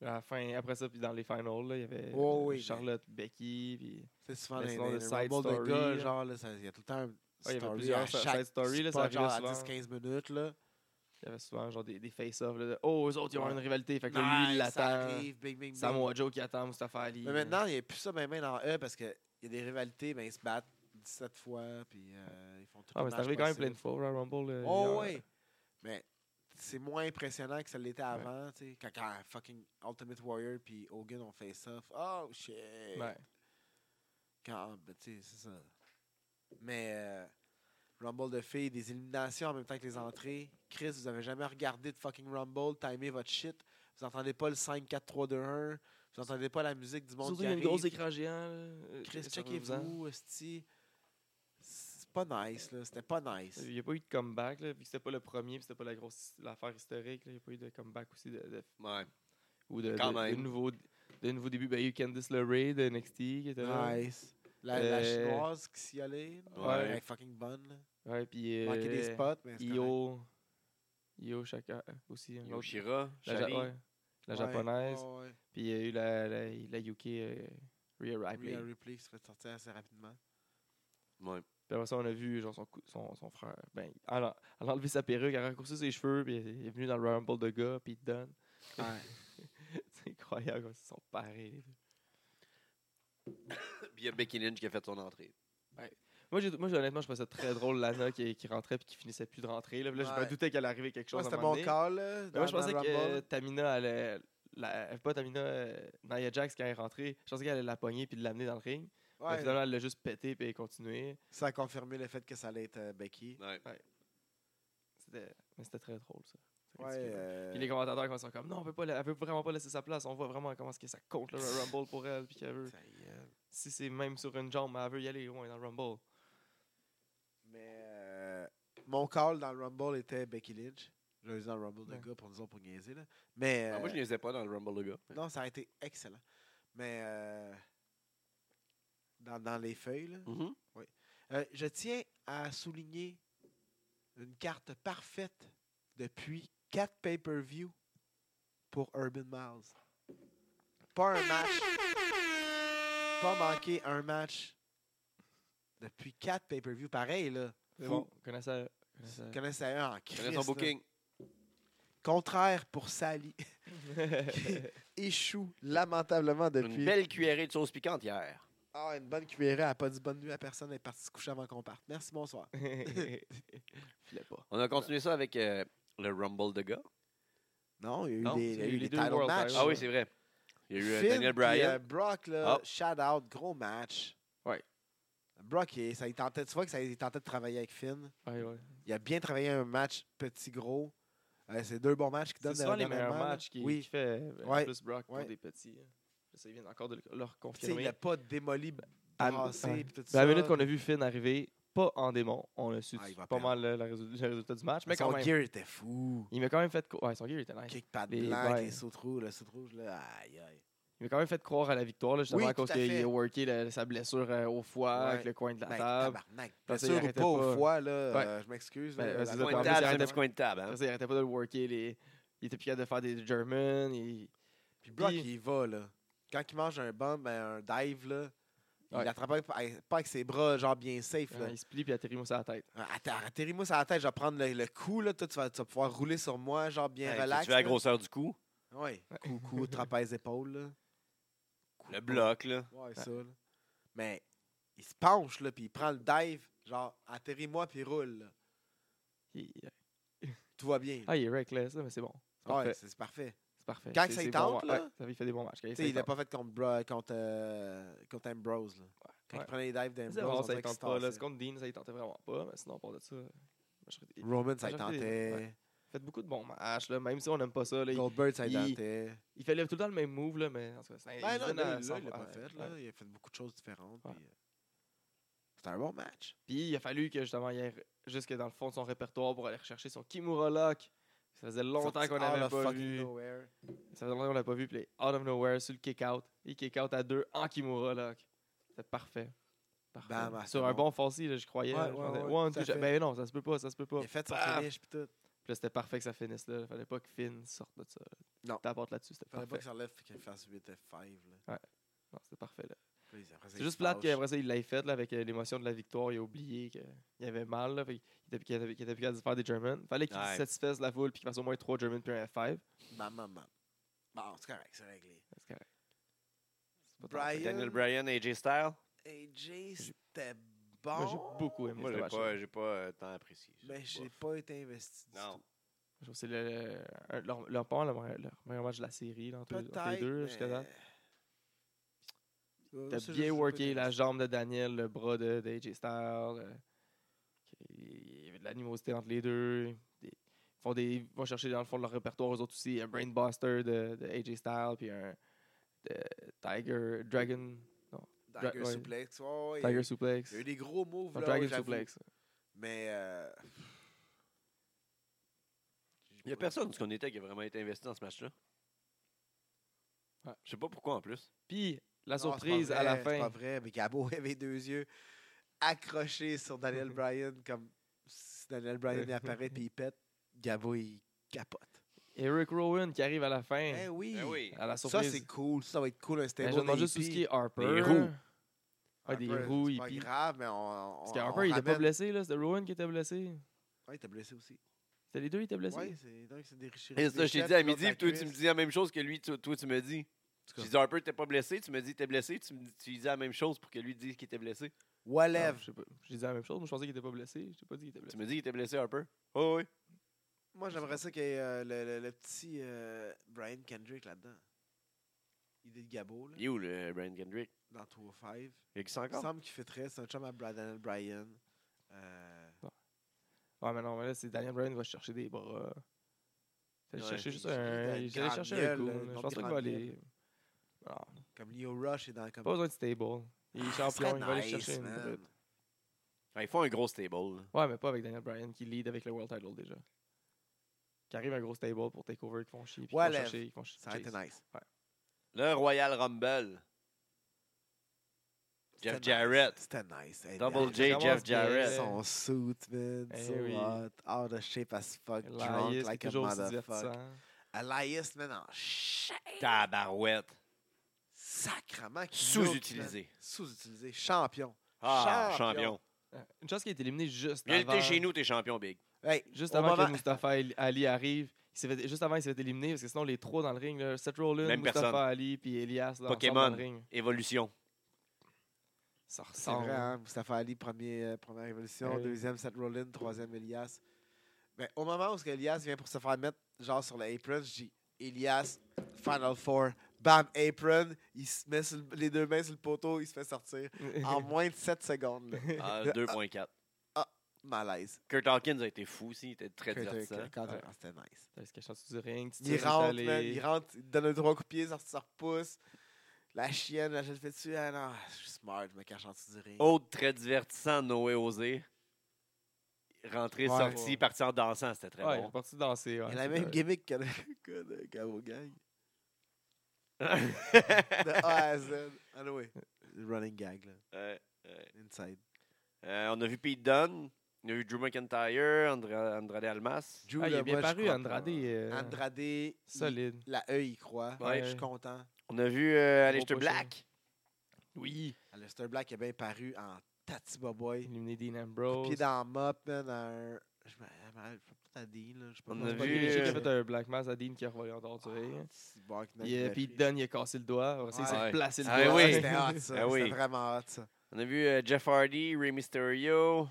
[SPEAKER 4] À la fin, après ça, puis dans les finals, là, il y avait
[SPEAKER 3] Oh
[SPEAKER 4] euh,
[SPEAKER 3] oui, mais-
[SPEAKER 4] Charlotte, Becky, puis
[SPEAKER 3] C'est souvent
[SPEAKER 4] Mais
[SPEAKER 3] les,
[SPEAKER 4] sinon,
[SPEAKER 3] les-
[SPEAKER 4] le
[SPEAKER 3] les
[SPEAKER 4] side
[SPEAKER 3] Rumble
[SPEAKER 4] story,
[SPEAKER 3] de gars,
[SPEAKER 4] là.
[SPEAKER 3] genre, là, ça- il y a tout le temps un
[SPEAKER 4] il y avait
[SPEAKER 3] story
[SPEAKER 4] plusieurs
[SPEAKER 3] à
[SPEAKER 4] side
[SPEAKER 3] chaque
[SPEAKER 4] story, là, ça
[SPEAKER 3] spot, genre
[SPEAKER 4] arrivait
[SPEAKER 3] à
[SPEAKER 4] souvent.
[SPEAKER 3] 10-15 minutes, là.
[SPEAKER 4] Il y avait souvent genre des, des face-offs là, de Oh, eux autres, ils ont
[SPEAKER 3] Ouais.
[SPEAKER 4] une rivalité. Fait que là, lui, il
[SPEAKER 3] Nice, ça
[SPEAKER 4] l'attend.
[SPEAKER 3] arrive, bing, bing, bing.
[SPEAKER 4] Samoa Joe qui attend Mustafa Ali. Ah,
[SPEAKER 3] Mais maintenant, il n'y a plus ça même dans E parce qu'il y a des rivalités, ben, ils se battent 17 fois, puis euh, ils font tout
[SPEAKER 4] Ah,
[SPEAKER 3] le
[SPEAKER 4] mais c'est
[SPEAKER 3] match
[SPEAKER 4] arrivé quand même plein
[SPEAKER 3] possible.
[SPEAKER 4] de fois, Royal Rumble. euh,
[SPEAKER 3] Oh,
[SPEAKER 4] hier.
[SPEAKER 3] ouais. Mais c'est moins impressionnant que ça l'était avant, tu sais. Quand, quand fucking Ultimate Warrior puis Hogan ont fait ça. Oh, shit.
[SPEAKER 4] Ouais.
[SPEAKER 3] Quand, ben, tu sais, c'est ça. Mais euh, Rumble de filles, des éliminations en même temps que les entrées. Chris, vous avez jamais regardé de fucking Rumble, timez votre shit. Vous entendez pas le 5, 4, 3, 2, 1. Vous entendez pas la musique du monde
[SPEAKER 4] Surtout,
[SPEAKER 3] qui
[SPEAKER 4] il y a une
[SPEAKER 3] arrive.
[SPEAKER 4] grosse écran hein? géant. là, euh,
[SPEAKER 3] Chris,
[SPEAKER 4] sur le faisant.
[SPEAKER 3] checkez-vous, esti. C'est pas nice, là. C'était pas nice.
[SPEAKER 4] Il n'y a pas eu de comeback, là, vu que c'était pas le premier, puis c'était pas la grosse l'affaire historique. là. Il n'y a pas eu de comeback aussi de, de-
[SPEAKER 2] Ouais.
[SPEAKER 4] ou de,
[SPEAKER 2] Quand
[SPEAKER 4] de- de
[SPEAKER 2] même.
[SPEAKER 4] nouveau, de nouveau début. Ben, il y a eu Candice LeRae de NXT qui était là.
[SPEAKER 3] Nice. La, la
[SPEAKER 4] Euh,
[SPEAKER 3] chinoise qui s'y allait. là.
[SPEAKER 2] Ouais.
[SPEAKER 3] Elle est fucking bonne. là.
[SPEAKER 4] Ouais, puis.
[SPEAKER 3] Manquait des
[SPEAKER 4] euh,
[SPEAKER 3] spots, mais c'est correct.
[SPEAKER 4] Io. Io Shaka euh, aussi. un autre-
[SPEAKER 2] Yoshira,
[SPEAKER 4] La, ja-
[SPEAKER 2] Shari.
[SPEAKER 4] ouais, la
[SPEAKER 3] Ouais,
[SPEAKER 4] japonaise.
[SPEAKER 3] ouais, ouais.
[SPEAKER 4] Puis il y a eu la, la, la UK euh, Rhea Ripley.
[SPEAKER 3] Rhea Ripley qui se fait sortir assez rapidement.
[SPEAKER 2] Ouais.
[SPEAKER 4] Puis après ça, on a vu genre, son, cou- son, son frère. Ben, elle, a, elle a enlevé sa perruque, elle a raccourci ses cheveux, puis il est venu dans le Royal Rumble de gars, puis il te donne. *laughs* C'est incroyable comme ils sont pareils. les deux.
[SPEAKER 2] Puis il y a Becky Lynch qui a fait son entrée.
[SPEAKER 4] Moi, j'ai- moi j'ai- honnêtement, je trouvais ça très drôle, Lana qui, qui rentrait puis qui finissait plus de rentrer. Là, Puis là je me
[SPEAKER 3] Ouais.
[SPEAKER 4] doutais qu'elle arrivait quelque
[SPEAKER 3] Je pense
[SPEAKER 4] chose.
[SPEAKER 3] que
[SPEAKER 4] à un
[SPEAKER 3] c'était
[SPEAKER 4] moment
[SPEAKER 3] bon
[SPEAKER 4] donné.
[SPEAKER 3] call. Là,
[SPEAKER 4] Mais moi, je
[SPEAKER 3] dans- dans
[SPEAKER 4] pensais
[SPEAKER 3] le
[SPEAKER 4] que euh,
[SPEAKER 3] Rumble.
[SPEAKER 4] Tamina allait. La, pas Tamina, euh, Nia Jax, quand elle est rentrée, je pensais qu'elle allait la pogner puis l'amener dans le ring. Mais
[SPEAKER 3] Ouais,
[SPEAKER 4] finalement, elle l'a juste pété puis continué.
[SPEAKER 3] ça a confirmé le fait que ça allait être euh, Becky.
[SPEAKER 2] Ouais.
[SPEAKER 4] C'était, mais c'était très drôle, ça. C'est
[SPEAKER 3] Ouais,
[SPEAKER 4] ridicule.
[SPEAKER 3] euh,
[SPEAKER 4] Puis les commentateurs quand ils sont comme non, on peut pas la- elle veut vraiment pas laisser sa place, on voit vraiment comment est-ce que ça compte le
[SPEAKER 3] *laughs*
[SPEAKER 4] Royal Rumble pour elle puis qu'elle veut
[SPEAKER 3] ta gueule.
[SPEAKER 4] si c'est même sur une jambe, elle veut y aller loin dans le Rumble.
[SPEAKER 3] Mais euh, mon call dans le Rumble était Becky Lynch. Je l'ai dit dans le Rumble
[SPEAKER 4] Ouais.
[SPEAKER 3] de gars pour nous autres pour niaiser. Là. Mais,
[SPEAKER 2] Ah, moi, je
[SPEAKER 3] euh,
[SPEAKER 2] ne les ai pas dans le Rumble, le gars.
[SPEAKER 3] Non, ça a été excellent. Mais euh, dans, dans les feuilles, là,
[SPEAKER 2] Mhm.
[SPEAKER 3] Euh, je tiens à souligner une carte parfaite depuis quatre pay-per-view pour Urban Miles. Pas un match. Pas manqué un match depuis quatre pay-per-view. Pareil, là.
[SPEAKER 4] Mais
[SPEAKER 3] Fou.
[SPEAKER 4] bon, connaissez connaissez-
[SPEAKER 3] Vous connaissez un en
[SPEAKER 2] Je
[SPEAKER 3] crise.
[SPEAKER 2] connais son booking.
[SPEAKER 3] hein. Contraire pour Sally. *laughs* Échoue lamentablement depuis.
[SPEAKER 2] Une belle cuillerée de sauce piquante hier.
[SPEAKER 3] Ah, une bonne cuillerée. Elle n'a pas dit bonne nuit à personne. Elle est partie se coucher avant qu'on parte. Merci, bonsoir.
[SPEAKER 4] Filait pas.
[SPEAKER 2] On a continué ça avec euh, le Rumble de gars.
[SPEAKER 3] Non, il y a eu
[SPEAKER 4] Non,
[SPEAKER 3] des, il
[SPEAKER 4] c'est
[SPEAKER 3] y a eu des
[SPEAKER 4] les deux
[SPEAKER 3] title
[SPEAKER 4] World
[SPEAKER 3] matchs.
[SPEAKER 4] Titles.
[SPEAKER 2] Ah oui, c'est vrai. Il y a eu euh,
[SPEAKER 3] Finn
[SPEAKER 2] Daniel
[SPEAKER 3] puis, euh,
[SPEAKER 2] Bryan.
[SPEAKER 3] Brock, là,
[SPEAKER 2] Ah.
[SPEAKER 3] shout out, gros match.
[SPEAKER 4] Ouais.
[SPEAKER 3] Brock, il- ça, il tentait, tu vois que ça il tentait de travailler avec Finn.
[SPEAKER 4] *laughs* Ouais, ouais.
[SPEAKER 3] Il a bien travaillé un match petit-gros. Euh, c'est deux bons matchs qui donnent
[SPEAKER 4] C'est souvent les
[SPEAKER 3] dernièrement,
[SPEAKER 4] meilleurs
[SPEAKER 3] là.
[SPEAKER 4] matchs qui,
[SPEAKER 3] Oui.
[SPEAKER 4] qui fait euh,
[SPEAKER 3] Ouais.
[SPEAKER 4] plus Brock pour
[SPEAKER 3] Ouais.
[SPEAKER 4] des petits. hein. Ça, ils viennent encore de le- leur
[SPEAKER 3] Puis, tu sais, il
[SPEAKER 4] confirmer.
[SPEAKER 3] n'a pas démoli,
[SPEAKER 4] Ah,
[SPEAKER 3] brassé,
[SPEAKER 4] ouais.
[SPEAKER 3] puis tout
[SPEAKER 4] La
[SPEAKER 3] ça.
[SPEAKER 4] minute qu'on a vu Finn arriver, pas en démon, on a su
[SPEAKER 3] Ah, il va
[SPEAKER 4] pas
[SPEAKER 3] perdre.
[SPEAKER 4] mal euh, la résult- le résultat du match, mais
[SPEAKER 3] Son
[SPEAKER 4] quand même.
[SPEAKER 3] gear était fou.
[SPEAKER 4] Il m'a quand même fait. co- Ouais, son gear était nice.
[SPEAKER 3] Kick-pad
[SPEAKER 4] Les-
[SPEAKER 3] blanc, avec
[SPEAKER 4] ouais.
[SPEAKER 3] les sauts de rouge, le saut de rouge, là, aïe, aïe.
[SPEAKER 4] Il m'a quand même fait croire à la victoire, là, justement,
[SPEAKER 3] Oui,
[SPEAKER 4] à cause
[SPEAKER 3] tout à
[SPEAKER 4] qu'il
[SPEAKER 3] fait.
[SPEAKER 4] a worké la- sa blessure euh, au foie,
[SPEAKER 3] Ouais.
[SPEAKER 4] avec le coin de la
[SPEAKER 3] Ben,
[SPEAKER 4] table.
[SPEAKER 3] tabarnak.
[SPEAKER 4] Parce
[SPEAKER 3] Blessure
[SPEAKER 4] que il
[SPEAKER 3] ou
[SPEAKER 4] arrêtait
[SPEAKER 3] pas au
[SPEAKER 4] pas.
[SPEAKER 3] foie, là, euh,
[SPEAKER 4] Ouais.
[SPEAKER 3] je m'excuse.
[SPEAKER 4] Ben,
[SPEAKER 3] là,
[SPEAKER 4] euh,
[SPEAKER 3] la
[SPEAKER 4] c'est ça,
[SPEAKER 2] Coin
[SPEAKER 4] t'as
[SPEAKER 2] de
[SPEAKER 3] table,
[SPEAKER 4] envie de
[SPEAKER 2] table,
[SPEAKER 4] s'arrêter-
[SPEAKER 2] c'est un petit coin de table. hein.
[SPEAKER 4] Après ça, il arrêtait pas de le worker. les- Il était plus capable de faire des German. Il...
[SPEAKER 3] Puis Brock, il y va, là. Quand il mange un bump, ben, un dive, là, il
[SPEAKER 4] Ouais.
[SPEAKER 3] l'attrape pas, avec- pas avec ses bras, genre bien safe. Là.
[SPEAKER 4] Ouais, il se plie puis il atterrit moi sur la tête.
[SPEAKER 3] Attends, atterris-moi sur la tête, je vais prendre le, le coup, là. Toi, tu vas, tu vas pouvoir rouler sur moi, genre bien
[SPEAKER 2] Hey,
[SPEAKER 3] relax.
[SPEAKER 2] Tu fais la
[SPEAKER 3] là.
[SPEAKER 2] grosseur du cou,
[SPEAKER 3] Ouais. Coup, coup, trapèze épaule, là. Coup,
[SPEAKER 2] le
[SPEAKER 3] coup.
[SPEAKER 2] bloc, là.
[SPEAKER 3] Ouais, ça, là. Mais il se penche, là, puis il prend le dive, genre, atterris-moi, puis roule, là.
[SPEAKER 4] Il-
[SPEAKER 3] Tout va bien. là.
[SPEAKER 4] Ah, il est reckless, là, mais c'est bon. C'est
[SPEAKER 3] ouais,
[SPEAKER 4] parfait.
[SPEAKER 3] c'est c'est parfait.
[SPEAKER 4] c'est parfait.
[SPEAKER 3] Quand
[SPEAKER 4] C'est-
[SPEAKER 3] ça y
[SPEAKER 4] c'est bon,
[SPEAKER 3] tente,
[SPEAKER 4] ouais.
[SPEAKER 3] là.
[SPEAKER 4] Ouais, ça, il fait des bons matchs. Quand
[SPEAKER 3] Tu sais, il
[SPEAKER 4] ça
[SPEAKER 3] l'a
[SPEAKER 4] y
[SPEAKER 3] pas fait contre, Bra- contre, euh, contre Ambrose, là. Quand
[SPEAKER 4] Ouais.
[SPEAKER 3] il prenait les dives
[SPEAKER 4] tente. C'est rare,
[SPEAKER 3] d'Ambrose, on
[SPEAKER 4] ça
[SPEAKER 3] dirait
[SPEAKER 4] y
[SPEAKER 3] qu'il se
[SPEAKER 4] tente pas. Là.
[SPEAKER 3] tassait.
[SPEAKER 4] C'est contre Dean, ça y tentait vraiment pas. Mais sinon, à part de ça, moi, je serais- il-
[SPEAKER 3] Roman, ça y
[SPEAKER 4] Majorité des-
[SPEAKER 3] tentait.
[SPEAKER 4] ouais. faites beaucoup de bons matchs, là, même si on n'aime pas ça. Là, il,
[SPEAKER 3] Goldberg, ça y
[SPEAKER 4] il-
[SPEAKER 3] tentait.
[SPEAKER 4] il fait le- tout le temps le même move, là, mais en tout cas, c'est-
[SPEAKER 3] Ben
[SPEAKER 4] il
[SPEAKER 3] non,
[SPEAKER 4] donne
[SPEAKER 3] là,
[SPEAKER 4] à
[SPEAKER 3] là, il
[SPEAKER 4] 100%,
[SPEAKER 3] l'a pas
[SPEAKER 4] ouais,
[SPEAKER 3] fait.
[SPEAKER 4] ouais.
[SPEAKER 3] Là. Il a fait beaucoup de choses différentes.
[SPEAKER 4] Ouais.
[SPEAKER 3] puis, euh, C'était un bon match.
[SPEAKER 4] Puis il a fallu que justement il aille jusque dans le fond de son répertoire pour aller rechercher son Kimura Lock. Ça faisait longtemps
[SPEAKER 3] Sorti
[SPEAKER 4] qu'on
[SPEAKER 3] out
[SPEAKER 4] n'avait
[SPEAKER 3] of
[SPEAKER 4] pas
[SPEAKER 3] fucking
[SPEAKER 4] vu.
[SPEAKER 3] nowhere.
[SPEAKER 4] Ça faisait longtemps qu'on l'avait pas vu. Puis là, out of nowhere sur le kick out. Il kick out à deux en Kimura Lock. C'était parfait. Parfait.
[SPEAKER 3] Bam, ah,
[SPEAKER 4] Sur
[SPEAKER 3] c'est
[SPEAKER 4] un
[SPEAKER 3] bon.
[SPEAKER 4] bon falsi, là, je croyais.
[SPEAKER 3] Ouais,
[SPEAKER 4] là, je
[SPEAKER 3] ouais,
[SPEAKER 4] pensais,
[SPEAKER 3] ouais,
[SPEAKER 4] one,
[SPEAKER 3] tout à
[SPEAKER 4] two, je-
[SPEAKER 3] fait.
[SPEAKER 4] ben non, ça se peut pas, ça se peut pas.
[SPEAKER 3] Il a fait son
[SPEAKER 4] Paf!
[SPEAKER 3] finish puis tout.
[SPEAKER 4] Puis là, c'était parfait que ça finisse là. Fallait pas que Finn sorte de ça.
[SPEAKER 3] Non.
[SPEAKER 4] T'apportes là-dessus, c'était
[SPEAKER 3] Fallait pas
[SPEAKER 4] parfait.
[SPEAKER 3] que ça enlève qu'il fasse 8 F5. Là.
[SPEAKER 4] Non, c'était parfait là.
[SPEAKER 3] Puis Après ça, ça,
[SPEAKER 4] C'est
[SPEAKER 3] il
[SPEAKER 4] juste
[SPEAKER 3] se
[SPEAKER 4] plate
[SPEAKER 3] fâche.
[SPEAKER 4] qu'après ça, il l'ait fait là, avec euh, l'émotion de la victoire. Il a oublié qu'il avait mal. Là, fait qu'il était, qu'il était- qu'il était plus capable de faire des German. Fallait qu'il
[SPEAKER 2] Ouais.
[SPEAKER 4] satisfasse la foule puis qu'il fasse au moins 3 German puis un F5.
[SPEAKER 3] Ma maman. Bon, c'est correct, c'est réglé.
[SPEAKER 4] C'est correct. C'est pas tant
[SPEAKER 3] Brian-
[SPEAKER 4] ça.
[SPEAKER 2] Daniel Bryan, AJ Styles.
[SPEAKER 3] AJ, c'était
[SPEAKER 4] Moi,
[SPEAKER 3] bon.
[SPEAKER 4] j'ai beaucoup aimé.
[SPEAKER 2] Moi,
[SPEAKER 4] ce
[SPEAKER 2] j'ai
[SPEAKER 4] match-là.
[SPEAKER 2] pas, j'ai pas euh, tant apprécié.
[SPEAKER 3] Mais Ben, j'ai
[SPEAKER 2] Bof.
[SPEAKER 3] pas été investi. du
[SPEAKER 2] Non.
[SPEAKER 3] tout.
[SPEAKER 4] Je trouve que c'est le, le- un- leur, leur part, leur, meilleur- leur meilleur match de la série là, entre, entre les
[SPEAKER 3] Peut-être.
[SPEAKER 4] deux
[SPEAKER 3] mais- Oh,
[SPEAKER 4] jusqu'à date.
[SPEAKER 3] Ouais,
[SPEAKER 4] T'as
[SPEAKER 3] ça, je-
[SPEAKER 4] bien
[SPEAKER 3] j'ai pas
[SPEAKER 4] worké
[SPEAKER 3] été
[SPEAKER 4] la
[SPEAKER 3] investi.
[SPEAKER 4] jambe de Daniel, le bras de d'AJ Styles. euh, il y avait de l'animosité entre les deux. Des- ils, font des, ils vont chercher dans le fond de leur répertoire, eux autres aussi, un Brainbuster de, de AJ Styles, puis un de Tiger, Dragon,
[SPEAKER 3] Tiger
[SPEAKER 4] Ouais.
[SPEAKER 3] Suplex, ouais, ouais,
[SPEAKER 4] Tiger
[SPEAKER 3] il-
[SPEAKER 4] Suplex.
[SPEAKER 3] Il y a eu des gros moves. là,
[SPEAKER 4] Un
[SPEAKER 3] ouais,
[SPEAKER 4] Dragon
[SPEAKER 3] j'avoue.
[SPEAKER 4] Suplex.
[SPEAKER 3] Mais. euh,
[SPEAKER 2] Il n'y a personne du qu'on était qui a vraiment été investi dans ce match-là.
[SPEAKER 4] Ouais.
[SPEAKER 2] Je sais pas pourquoi en plus.
[SPEAKER 4] Puis, la
[SPEAKER 3] Non, c'est pas
[SPEAKER 4] surprise à
[SPEAKER 3] vrai,
[SPEAKER 4] la
[SPEAKER 3] C'est pas
[SPEAKER 4] fin.
[SPEAKER 3] vrai, mais Gabo *laughs* avait deux yeux accrochés sur
[SPEAKER 4] *laughs*
[SPEAKER 3] Daniel Bryan comme si Daniel Bryan il apparaît puis il pète, Gabo il capote.
[SPEAKER 4] Eric Rowan qui arrive à la fin.
[SPEAKER 3] Eh oui.
[SPEAKER 2] Ah,
[SPEAKER 4] À la
[SPEAKER 3] Ça
[SPEAKER 4] Hein. Ben surprise.
[SPEAKER 3] c'est cool, ça, ça va être cool un stable.
[SPEAKER 4] Ben, je demande
[SPEAKER 3] d'AP.
[SPEAKER 4] juste où ce qui est Harper.
[SPEAKER 2] Des roues.
[SPEAKER 4] Ah, des
[SPEAKER 3] Harper,
[SPEAKER 4] roues,
[SPEAKER 3] C'est
[SPEAKER 4] il
[SPEAKER 3] pas
[SPEAKER 4] pille.
[SPEAKER 3] grave, mais on. on
[SPEAKER 4] Parce que
[SPEAKER 3] on
[SPEAKER 4] Harper, il était pas
[SPEAKER 3] ramène-
[SPEAKER 4] blessé, là. C'était Rowan qui était blessé.
[SPEAKER 3] Ouais, il était blessé aussi.
[SPEAKER 4] C'était les deux, ils étaient blessés.
[SPEAKER 3] Ouais, c'est donc c'est des richesses.
[SPEAKER 2] Et ça, je t'ai dit à midi, puis toi, tu me dis la même chose que lui, toi, toi, tu me dis.
[SPEAKER 3] tout cas.
[SPEAKER 2] J'ai dit Harper, t'es pas blessé, tu me dis t'es blessé, tu me dis, tu lui dis la même chose pour que lui dise qu'il était blessé.
[SPEAKER 4] Ah,
[SPEAKER 3] Walev.
[SPEAKER 4] je sais pas. J'ai dit la même chose. Moi, je pensais qu'il était pas blessé. J'ai pas dit qu'il était
[SPEAKER 2] Tu
[SPEAKER 4] blessé.
[SPEAKER 2] me dis qu'il était blessé, Harper. Oh, oui.
[SPEAKER 3] Moi, j'aimerais ça qu'il y ait euh, le, le- le petit euh, Brian Kendrick là-dedans. Idée de Gabo, là,
[SPEAKER 2] Il est où le Brian Kendrick
[SPEAKER 3] dans 205.
[SPEAKER 2] Il existe
[SPEAKER 3] Il me
[SPEAKER 2] encore
[SPEAKER 3] semble qu'il fait très. C'est un chum à Bra- Daniel Bryan. Euh,
[SPEAKER 4] Ouais, mais non, mais là, c'est Daniel Bryan qui va chercher des bras. Il
[SPEAKER 2] Ouais.
[SPEAKER 4] chercher juste
[SPEAKER 3] Il-
[SPEAKER 4] un.
[SPEAKER 3] il-
[SPEAKER 4] Il allait
[SPEAKER 3] grande
[SPEAKER 4] chercher un
[SPEAKER 3] gueule,
[SPEAKER 4] coup.
[SPEAKER 3] là,
[SPEAKER 4] là. Je
[SPEAKER 3] donc
[SPEAKER 4] pense pas qu'il va
[SPEAKER 3] grande
[SPEAKER 4] aller. Non,
[SPEAKER 3] comme Leo Rush est dans. Comme... Ah,
[SPEAKER 4] pas besoin de stable. Il est champion. Il va aller chercher une
[SPEAKER 3] man.
[SPEAKER 4] brute.
[SPEAKER 2] Ah, Ils font un gros stable. là.
[SPEAKER 4] Ouais, mais pas avec Daniel Bryan qui lead avec le World Title déjà. Qui arrive un gros stable pour Takeover qui font chier. Puis
[SPEAKER 3] Ouais,
[SPEAKER 4] ils vont
[SPEAKER 3] là,
[SPEAKER 4] chercher. Ils font ch-
[SPEAKER 3] Ça aurait été
[SPEAKER 4] chase.
[SPEAKER 3] nice.
[SPEAKER 2] Le Royal Rumble. Jeff
[SPEAKER 3] C'était nice.
[SPEAKER 2] Jarrett.
[SPEAKER 3] C'était nice. Hey,
[SPEAKER 2] Double
[SPEAKER 4] J,
[SPEAKER 2] J,
[SPEAKER 4] commence
[SPEAKER 2] Jeff
[SPEAKER 4] bien.
[SPEAKER 2] Jarrett.
[SPEAKER 3] Son suit, man.
[SPEAKER 4] Eh
[SPEAKER 3] so
[SPEAKER 4] oui.
[SPEAKER 3] hot. Out of shape as fuck.
[SPEAKER 4] Elias,
[SPEAKER 3] Drunk
[SPEAKER 4] c'est
[SPEAKER 3] like a
[SPEAKER 4] toujours aussi
[SPEAKER 3] motherfucker.
[SPEAKER 4] divertissant.
[SPEAKER 3] Elias, man, en shape.
[SPEAKER 2] Tabarouette.
[SPEAKER 3] Sacrement. qu'il look,
[SPEAKER 2] Sous-utilisé.
[SPEAKER 3] man. Sous-utilisé. Champion.
[SPEAKER 2] Ah, champion.
[SPEAKER 3] Champion.
[SPEAKER 4] Ouais. Euh, Une chance qu'il a été éliminé juste
[SPEAKER 2] Il
[SPEAKER 4] avant.
[SPEAKER 2] était chez nous, t'es champion, Big.
[SPEAKER 3] Hey,
[SPEAKER 4] Juste
[SPEAKER 3] au
[SPEAKER 4] avant
[SPEAKER 3] moment-
[SPEAKER 4] que Mustafa Ali- Ali arrive, il s'est fait- juste avant, il s'est fait éliminer parce que sinon, les trois dans le ring, là, Seth Rollins,
[SPEAKER 2] Même
[SPEAKER 4] Mustafa
[SPEAKER 2] personne.
[SPEAKER 4] Ali puis Elias là, ensemble
[SPEAKER 2] Pokémon.
[SPEAKER 4] dans le ring.
[SPEAKER 2] *laughs* Évolution.
[SPEAKER 4] Ça
[SPEAKER 3] C'est
[SPEAKER 4] ressemble.
[SPEAKER 3] vrai,
[SPEAKER 4] *laughs*
[SPEAKER 3] hein? Mustafa Ali, premier, euh, première évolution,
[SPEAKER 4] Hey.
[SPEAKER 3] deuxième Seth Rollins, troisième Elias. Ben, au moment où ce que Elias vient pour se faire mettre genre sur le apron, je dis Elias, Final Four, bam, apron, il se met sur le- les deux mains sur le poteau, il se fait sortir
[SPEAKER 4] *laughs*
[SPEAKER 3] en moins de 7 secondes. là.
[SPEAKER 2] Ah, 2.4.
[SPEAKER 3] Malaise.
[SPEAKER 2] Kurt Hawkins a été fou aussi, il était très
[SPEAKER 3] Carter-
[SPEAKER 2] divertissant.
[SPEAKER 3] Carter-
[SPEAKER 4] Ouais.
[SPEAKER 3] ah, C'était nice.
[SPEAKER 4] T'as le sketch en dessous du ring. tu te
[SPEAKER 3] Il
[SPEAKER 4] tires
[SPEAKER 3] rentre,
[SPEAKER 4] installé.
[SPEAKER 3] man, il rentre, il donne un trois coups de pied, ça se repousse. La chienne, là, je le fais dessus. Ah non, je suis smart, je me cache en dessous du
[SPEAKER 4] Oh,
[SPEAKER 3] ring.
[SPEAKER 2] Autre très divertissant, Noé Osé. Rentré,
[SPEAKER 3] Ouais.
[SPEAKER 2] sorti, parti en dansant, c'était très
[SPEAKER 4] Ouais, il est *laughs*
[SPEAKER 2] bon.
[SPEAKER 4] parti danser. ouais.
[SPEAKER 3] Il a la même gimmick que le *laughs* gars de Cabo Gang. *laughs* De A à Z. Ah non, oui. Running gag, là.
[SPEAKER 2] Ouais, ouais.
[SPEAKER 3] Inside.
[SPEAKER 2] Euh, on a vu Pete Dunne, on a vu Drew McIntyre, Andra- Andrade Almas.
[SPEAKER 3] Drew,
[SPEAKER 4] Ah, il
[SPEAKER 3] là,
[SPEAKER 4] est bien
[SPEAKER 3] moi, je
[SPEAKER 4] paru,
[SPEAKER 3] crois pas.
[SPEAKER 4] Andrade. euh,
[SPEAKER 3] Andrade, il-
[SPEAKER 4] Solide.
[SPEAKER 3] la E, il croit.
[SPEAKER 2] Ouais.
[SPEAKER 3] Je suis content.
[SPEAKER 2] On a vu euh,
[SPEAKER 4] Gros
[SPEAKER 2] Aleister
[SPEAKER 4] push,
[SPEAKER 2] Black.
[SPEAKER 4] Oui.
[SPEAKER 3] Aleister Black est bien paru en Tatiba
[SPEAKER 4] Il a
[SPEAKER 3] Boy.
[SPEAKER 4] Éliminé Dean Ambrose.
[SPEAKER 3] Puis dans Mop, man, un. Je me rappelle pas ta Dean, là. Je sais pas
[SPEAKER 2] On
[SPEAKER 3] comment
[SPEAKER 2] a
[SPEAKER 3] c'est
[SPEAKER 4] C'est
[SPEAKER 3] pas
[SPEAKER 4] pas
[SPEAKER 2] vu,
[SPEAKER 4] lui,
[SPEAKER 3] lui,
[SPEAKER 4] j'ai
[SPEAKER 3] je
[SPEAKER 2] euh,
[SPEAKER 3] sais
[SPEAKER 4] fait
[SPEAKER 3] pas.
[SPEAKER 4] un Black Mass à Dean qui est revenu en dehors du ring.
[SPEAKER 3] Ah, C'est bon, que
[SPEAKER 4] Puis, euh,
[SPEAKER 3] notre-
[SPEAKER 4] Puis Dunn, Ah, il a cassé le doigt. Après ça, il s'est
[SPEAKER 2] Ouais.
[SPEAKER 4] replacé le
[SPEAKER 2] Ah,
[SPEAKER 3] Ouais,
[SPEAKER 4] doigt.
[SPEAKER 2] oui.
[SPEAKER 3] ben, C'était
[SPEAKER 4] *laughs*
[SPEAKER 3] hot, ça.
[SPEAKER 2] Ah oui.
[SPEAKER 3] C'était vraiment hot, ça.
[SPEAKER 2] On a vu euh, Jeff Hardy, Rey Mysterio.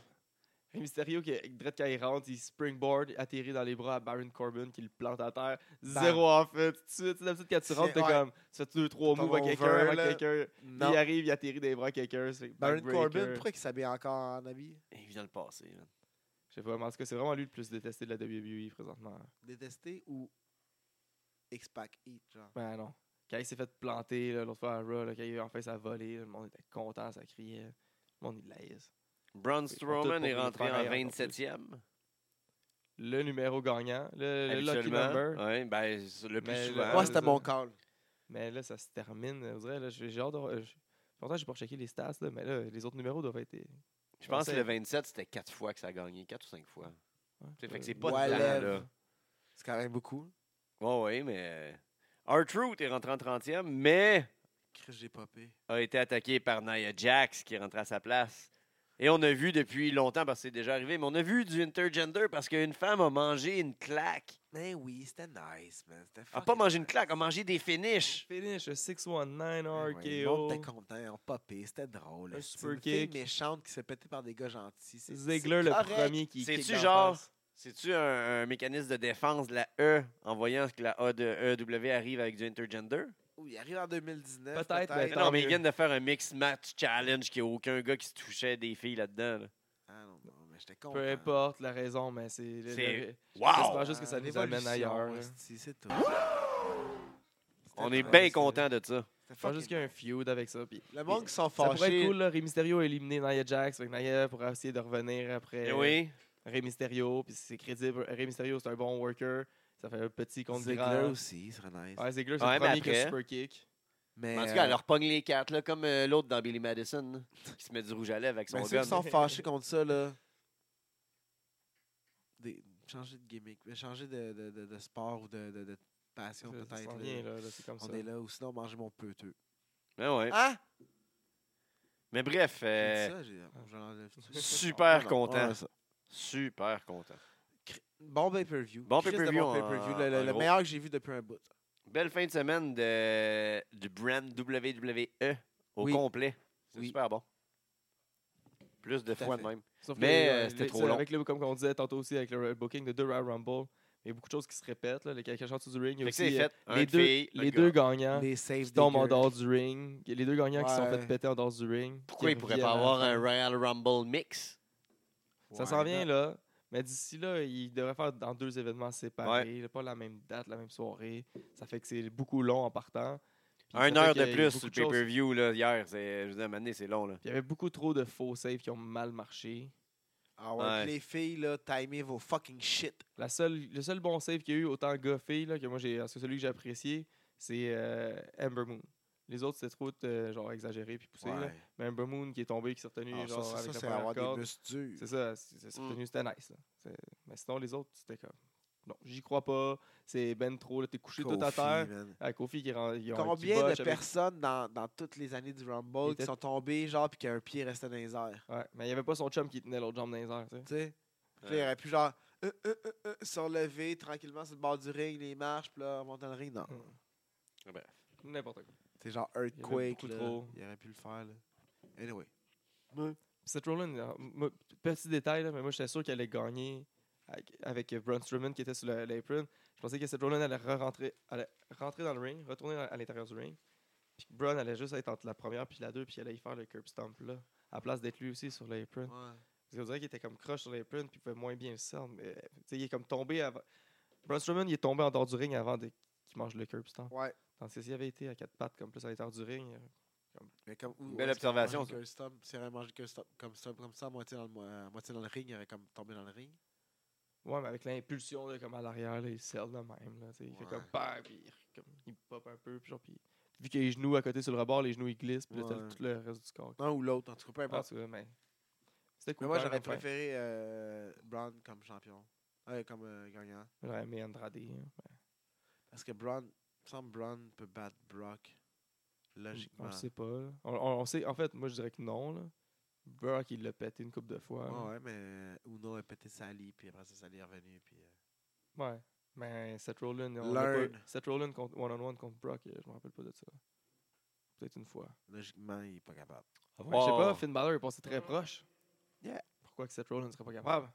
[SPEAKER 4] Rey Mysterio, qui, direct quand il rentre, il springboard, atterrit dans les bras à Baron Corbin, qui le plante à terre. Zéro en fait. Tout de suite, Tu sais, d'habitude, quand tu
[SPEAKER 3] C'est-
[SPEAKER 4] rentres, t'es
[SPEAKER 3] ouais.
[SPEAKER 4] comme, tu fais deux, trois
[SPEAKER 3] T'en
[SPEAKER 4] moves à
[SPEAKER 3] vas
[SPEAKER 4] quelqu'un,
[SPEAKER 3] over,
[SPEAKER 4] avant
[SPEAKER 3] là.
[SPEAKER 4] quelqu'un. Puis il arrive, il atterrit des bras à quelqu'un. c'est
[SPEAKER 3] Baron
[SPEAKER 4] backbreaker.
[SPEAKER 3] Corbin, pourquoi il s'habille encore en habit
[SPEAKER 2] Il vient de le passer. man.
[SPEAKER 4] Je sais pas, mais en tout cas, c'est vraiment lui le plus détesté de la WWE présentement.
[SPEAKER 3] Détesté ou X-Pac Heat, genre
[SPEAKER 4] Ben non. Quand il s'est fait planter là, l'autre fois à Raw, là, quand il a enfin sa volée, là, le monde était content, ça criait. Le monde, il laisse.
[SPEAKER 2] Braun
[SPEAKER 4] Ils font tout
[SPEAKER 2] Strowman
[SPEAKER 4] pour
[SPEAKER 2] est
[SPEAKER 4] nous
[SPEAKER 2] rentré
[SPEAKER 4] faire
[SPEAKER 2] en
[SPEAKER 4] ailleurs, en plus.
[SPEAKER 2] 27e.
[SPEAKER 4] Le numéro gagnant, le, le lucky
[SPEAKER 2] habituellement.
[SPEAKER 4] number.
[SPEAKER 2] Ouais, ben, c'est le plus
[SPEAKER 4] Mais le-
[SPEAKER 2] souvent.
[SPEAKER 4] Ouais,
[SPEAKER 3] Moi,
[SPEAKER 2] là,
[SPEAKER 3] c'était
[SPEAKER 4] c'est
[SPEAKER 2] ça.
[SPEAKER 3] mon call.
[SPEAKER 4] Mais là, ça se termine. On dirait, là, j'ai j'ai hâte de. re- euh, j'ai- Pourtant, j'ai pas checké les stats, là, mais là, les autres numéros doivent être. euh,
[SPEAKER 2] Je pense que
[SPEAKER 4] Conseil.
[SPEAKER 2] le 27, c'était 4 fois que ça a gagné, 4 ou 5 fois.
[SPEAKER 4] Ouais,
[SPEAKER 2] Fait
[SPEAKER 4] euh,
[SPEAKER 2] que c'est pas
[SPEAKER 3] Ouais,
[SPEAKER 2] tant,
[SPEAKER 3] lève.
[SPEAKER 2] là.
[SPEAKER 3] C'est quand même beaucoup.
[SPEAKER 2] euh, Ouais, ouais, mais. R-Truth est rentré en 30e, mais
[SPEAKER 3] Chris, j'ai popé.
[SPEAKER 2] a été attaqué par Nia Jax qui est rentrée à sa place. Et on a vu depuis longtemps, parce que c'est déjà arrivé, mais on a vu du intergender parce qu'une femme a mangé une claque.
[SPEAKER 3] Mais oui, c'était nice, man. C'était
[SPEAKER 2] A
[SPEAKER 4] Ah,
[SPEAKER 3] fucking
[SPEAKER 2] pas mangé une
[SPEAKER 3] nice.
[SPEAKER 2] claque, a mangé des finishes.
[SPEAKER 4] Finish, un 619
[SPEAKER 3] Ben ouais, Le monde était
[SPEAKER 4] RKO.
[SPEAKER 3] content, ils ont popé, c'était drôle.
[SPEAKER 4] Un
[SPEAKER 3] C'est
[SPEAKER 4] super
[SPEAKER 3] une fille
[SPEAKER 4] kick.
[SPEAKER 3] méchante qui s'est pétée par des gars gentils. c'est-
[SPEAKER 4] Ziggler,
[SPEAKER 3] c'est
[SPEAKER 4] le
[SPEAKER 3] correct.
[SPEAKER 4] premier qui
[SPEAKER 2] C'est-tu
[SPEAKER 4] kick d'en
[SPEAKER 2] genre-
[SPEAKER 4] face.
[SPEAKER 2] C'est-tu un, un mécanisme de défense de la E en voyant que la A de EW arrive avec du intergender?
[SPEAKER 3] Ouh, il arrive en 2019.
[SPEAKER 4] Peut-être,
[SPEAKER 3] Peut-être,
[SPEAKER 4] mais
[SPEAKER 2] Mais
[SPEAKER 4] Tant
[SPEAKER 2] non, mais ils
[SPEAKER 4] mieux.
[SPEAKER 2] viennent de faire un mix match challenge qu'il n'y a aucun gars qui se touchait des filles là-dedans. là.
[SPEAKER 3] Ah non, non, mais j'étais content.
[SPEAKER 4] Peu importe la raison, mais c'est. le-
[SPEAKER 2] C'est-
[SPEAKER 4] le-
[SPEAKER 2] Wow!
[SPEAKER 4] J'espère juste que ça
[SPEAKER 3] Ah,
[SPEAKER 4] nous amène
[SPEAKER 3] l'évolution,
[SPEAKER 4] ailleurs. là.
[SPEAKER 3] esti, C'est tout.
[SPEAKER 2] On
[SPEAKER 3] C'était
[SPEAKER 2] est
[SPEAKER 4] Ah,
[SPEAKER 3] nice.
[SPEAKER 2] bien content de ça.
[SPEAKER 3] C'était
[SPEAKER 4] J'espère
[SPEAKER 3] fucking
[SPEAKER 4] juste qu'il y a un feud avec ça. Puis
[SPEAKER 3] Le monde qui sont
[SPEAKER 4] ça pourrait
[SPEAKER 3] fâchés.
[SPEAKER 4] être cool, là. Rey Mysterio a éliminé Nia Jax. Fait que Nia pourra essayer de revenir après
[SPEAKER 2] Eh oui,
[SPEAKER 4] Rey Mysterio. Puis c'est crédible. Rey Mysterio, c'est un bon worker. Ça fait un petit contre
[SPEAKER 3] Ziggler
[SPEAKER 4] grand.
[SPEAKER 3] aussi, il serait nice.
[SPEAKER 4] Ouais, Ziggler, c'est
[SPEAKER 2] Ouais,
[SPEAKER 4] le
[SPEAKER 2] mais
[SPEAKER 4] premier qui a
[SPEAKER 2] après-
[SPEAKER 4] super kick.
[SPEAKER 3] Mais,
[SPEAKER 2] en tout cas, elle
[SPEAKER 3] euh,
[SPEAKER 2] leur pogne les quatre, là, comme euh, l'autre dans Billy Madison, là, qui se met du rouge à lèvres avec son
[SPEAKER 3] mais ceux
[SPEAKER 2] gun.
[SPEAKER 3] qui sont
[SPEAKER 2] *laughs*
[SPEAKER 3] fâchés contre ça, là. Des... Changer de gimmick, mais changer de, de, de, de sport ou de, de, de passion,
[SPEAKER 4] Ça- ça
[SPEAKER 3] peut-être.
[SPEAKER 4] s'en
[SPEAKER 3] là.
[SPEAKER 4] vient, là, là, C'est comme ça.
[SPEAKER 3] On est là, ou sinon, manger mon peuteux.
[SPEAKER 2] Ouais, Ben ouais.
[SPEAKER 3] Ah!
[SPEAKER 2] Mais bref, euh,
[SPEAKER 3] J'ai dit ça, j'ai- je l'enlève tout de suite.
[SPEAKER 2] super
[SPEAKER 3] Ah, non,
[SPEAKER 2] content.
[SPEAKER 3] ouais, ça.
[SPEAKER 2] super content.
[SPEAKER 3] Bon pay-per-view.
[SPEAKER 2] Bon
[SPEAKER 3] Christ de
[SPEAKER 2] pay-per-view en-
[SPEAKER 3] Bon pay-per-view. Le, le-
[SPEAKER 2] en
[SPEAKER 3] le
[SPEAKER 2] gros.
[SPEAKER 3] meilleur que j'ai vu depuis un bout.
[SPEAKER 2] Belle fin de semaine de, du brand WWE au
[SPEAKER 3] Oui.
[SPEAKER 2] complet. C'est
[SPEAKER 3] Oui.
[SPEAKER 2] super bon. Plus de
[SPEAKER 3] Tout à
[SPEAKER 2] fois de
[SPEAKER 3] fait.
[SPEAKER 2] même.
[SPEAKER 4] Sauf que
[SPEAKER 2] Mais,
[SPEAKER 4] les-
[SPEAKER 2] euh,
[SPEAKER 4] les-
[SPEAKER 2] c'était
[SPEAKER 4] tu
[SPEAKER 2] trop
[SPEAKER 4] sais,
[SPEAKER 2] long.
[SPEAKER 4] Avec le, comme on disait tantôt aussi, avec le booking de deux Royal Rumble, il y a beaucoup de choses qui se répètent. Là, les quelqu'un en dessous du ring. il y
[SPEAKER 2] Fait
[SPEAKER 4] a
[SPEAKER 2] que
[SPEAKER 4] aussi,
[SPEAKER 2] c'est
[SPEAKER 4] euh,
[SPEAKER 2] fait. Un
[SPEAKER 4] les
[SPEAKER 2] de
[SPEAKER 4] deux,
[SPEAKER 2] filles, le
[SPEAKER 4] les
[SPEAKER 2] gars.
[SPEAKER 4] deux gagnants
[SPEAKER 3] Les saves
[SPEAKER 4] qui tombent en
[SPEAKER 3] diggers.
[SPEAKER 4] dehors du ring. Il y a Les deux gagnants qui se sont
[SPEAKER 3] Ouais.
[SPEAKER 4] fait péter en dehors du ring.
[SPEAKER 2] Pourquoi
[SPEAKER 4] qui
[SPEAKER 2] il pourrait pas
[SPEAKER 4] reviennent à la
[SPEAKER 2] avoir
[SPEAKER 4] fin.
[SPEAKER 2] un Royal Rumble mix?
[SPEAKER 4] Ça
[SPEAKER 3] Ouais,
[SPEAKER 4] s'en vient, là. Mais d'ici là, il devrait faire dans deux événements séparés, là, pas la même date, la même soirée. Ça fait que c'est beaucoup long en partant. Puis ça
[SPEAKER 2] Un
[SPEAKER 4] fait
[SPEAKER 2] heure
[SPEAKER 4] qu'il y
[SPEAKER 2] de
[SPEAKER 4] a- il y a
[SPEAKER 2] plus
[SPEAKER 4] beaucoup
[SPEAKER 2] sur le
[SPEAKER 4] de choses.
[SPEAKER 2] pay-per-view là, hier. C'est, je veux dire, à un moment donné, c'est long. Là.
[SPEAKER 4] Puis Il y avait beaucoup trop de faux saves qui ont mal marché.
[SPEAKER 3] Ah ouais,
[SPEAKER 2] Ouais.
[SPEAKER 3] puis les filles, là, timez vos fucking shit.
[SPEAKER 4] La seule, le seul bon save qu'il y a eu, autant goffé, là, que moi j'ai. Parce que celui que j'ai apprécié, c'est euh, Ember Moon. Les autres, c'était trop euh, genre exagéré puis poussé. là.
[SPEAKER 3] Ouais.
[SPEAKER 4] Mais Ember Moon qui est tombé, qui s'est retenu
[SPEAKER 3] Ah, ça,
[SPEAKER 4] genre
[SPEAKER 3] ça,
[SPEAKER 4] avec
[SPEAKER 3] ça,
[SPEAKER 4] la
[SPEAKER 3] c'est
[SPEAKER 4] première
[SPEAKER 3] avoir des
[SPEAKER 4] corde.
[SPEAKER 3] muscles durs.
[SPEAKER 4] C'est ça, c'est- c'est
[SPEAKER 2] Mm.
[SPEAKER 4] retenu, c'était nice. là. C'est- Mais sinon, les autres, c'était comme. Non, j'y crois pas. C'est ben trop. là, T'es couché tout à
[SPEAKER 3] Kofi,
[SPEAKER 4] terre.
[SPEAKER 3] man.
[SPEAKER 4] À Kofi qui rend. ils ont un petit
[SPEAKER 3] Combien
[SPEAKER 4] botch
[SPEAKER 3] de
[SPEAKER 4] avec-
[SPEAKER 3] personnes dans, dans toutes les années du
[SPEAKER 4] Il
[SPEAKER 3] Rumble qui
[SPEAKER 4] était-
[SPEAKER 3] sont tombées, genre, puis qu'un pied restait dans les airs?
[SPEAKER 4] Ouais, mais il n'y avait pas son chum qui tenait l'autre jambe dans les airs. tu sais.
[SPEAKER 3] Tu sais? Puis là, il aurait pu, genre, euh, euh, euh, euh, se relever tranquillement sur le bord du ring, les marches, puis là, monter dans le ring. Non.
[SPEAKER 4] N'importe quoi.
[SPEAKER 3] C'est genre Earthquake,
[SPEAKER 4] beaucoup
[SPEAKER 3] là.
[SPEAKER 4] trop.
[SPEAKER 3] Il aurait pu le faire, là. Anyway.
[SPEAKER 4] Seth Rollins, euh, moi, petit détail, là, mais moi j'étais sûr qu'il allait gagner avec- avec euh, Braun Strowman qui était sur le- l'apron. Je pensais que Seth Rollins allait, re-rentrer- allait rentrer dans le ring, retourner à à l'intérieur du ring. Puis que Braun allait juste être entre la première puis la deux, puis il allait y faire le curb stomp là, à place d'être lui aussi sur l'apron. Parce qu'on dirait qu'il était comme croche sur l'apron, puis il pouvait moins bien le sortir. Mais euh, tu sais, il est comme tombé avant. Braun Strowman, il est tombé en dehors du ring avant de- qu'il mange le curb stomp.
[SPEAKER 3] Ouais.
[SPEAKER 4] Tandis que s'il avait été à quatre pattes, comme plus à l'intérieur du ring, euh,
[SPEAKER 3] Mais comme, où,
[SPEAKER 2] Belle
[SPEAKER 3] où est-ce qu'il
[SPEAKER 2] observation,
[SPEAKER 3] aurait mangé que stomp, S'il aurait mangé que stomp, comme ça, comme ça, à moitié dans le, mo- à moitié dans le ring, il aurait comme tombé dans le ring.
[SPEAKER 4] Ouais, mais avec l'impulsion, là, comme à l'arrière, là, il serre de même. Là, tu sais, Il fait
[SPEAKER 3] Ouais.
[SPEAKER 4] comme bang, puis il, comme, il pop un peu. Puis genre, puis, vu qu'il y a les genoux à côté sur le rebord, les genoux ils glissent, puis là, t'as le-
[SPEAKER 3] Ouais.
[SPEAKER 4] tout le reste du corps.
[SPEAKER 3] Un ou l'autre, en tout cas, peu
[SPEAKER 4] Ah,
[SPEAKER 3] importe.
[SPEAKER 4] tu vois, mais c'était cool.
[SPEAKER 3] Mais moi, j'aurais préféré euh, Braun comme champion. Euh, comme euh, gagnant.
[SPEAKER 4] J'aurais aimé Andrade. hein.
[SPEAKER 3] Parce que Braun, il me semble que Braun peut battre Brock.
[SPEAKER 4] On
[SPEAKER 3] Logiquement.
[SPEAKER 4] le sait pas. là. On, on- on sait, en fait, moi, je dirais que non. Là. Brock, il l'a pété une couple de fois.
[SPEAKER 3] Ouais,
[SPEAKER 4] là.
[SPEAKER 3] ouais, mais euh, Uno a pété Sally, puis après ça, Sally est revenu. Puis, euh,
[SPEAKER 4] Ouais. Mais Seth Rollins, on l'a pas,
[SPEAKER 3] Learn.
[SPEAKER 4] Seth Rollins contre- one-on-one contre Brock, euh, je me rappelle pas de ça. Peut-être une fois.
[SPEAKER 3] logiquement, il n'est pas capable.
[SPEAKER 4] Ouais, Je sais pas,
[SPEAKER 2] Voir.
[SPEAKER 4] Finn Balor est passé très proche.
[SPEAKER 3] Ah Yeah.
[SPEAKER 4] Pourquoi que Seth Rollins serait pas capable?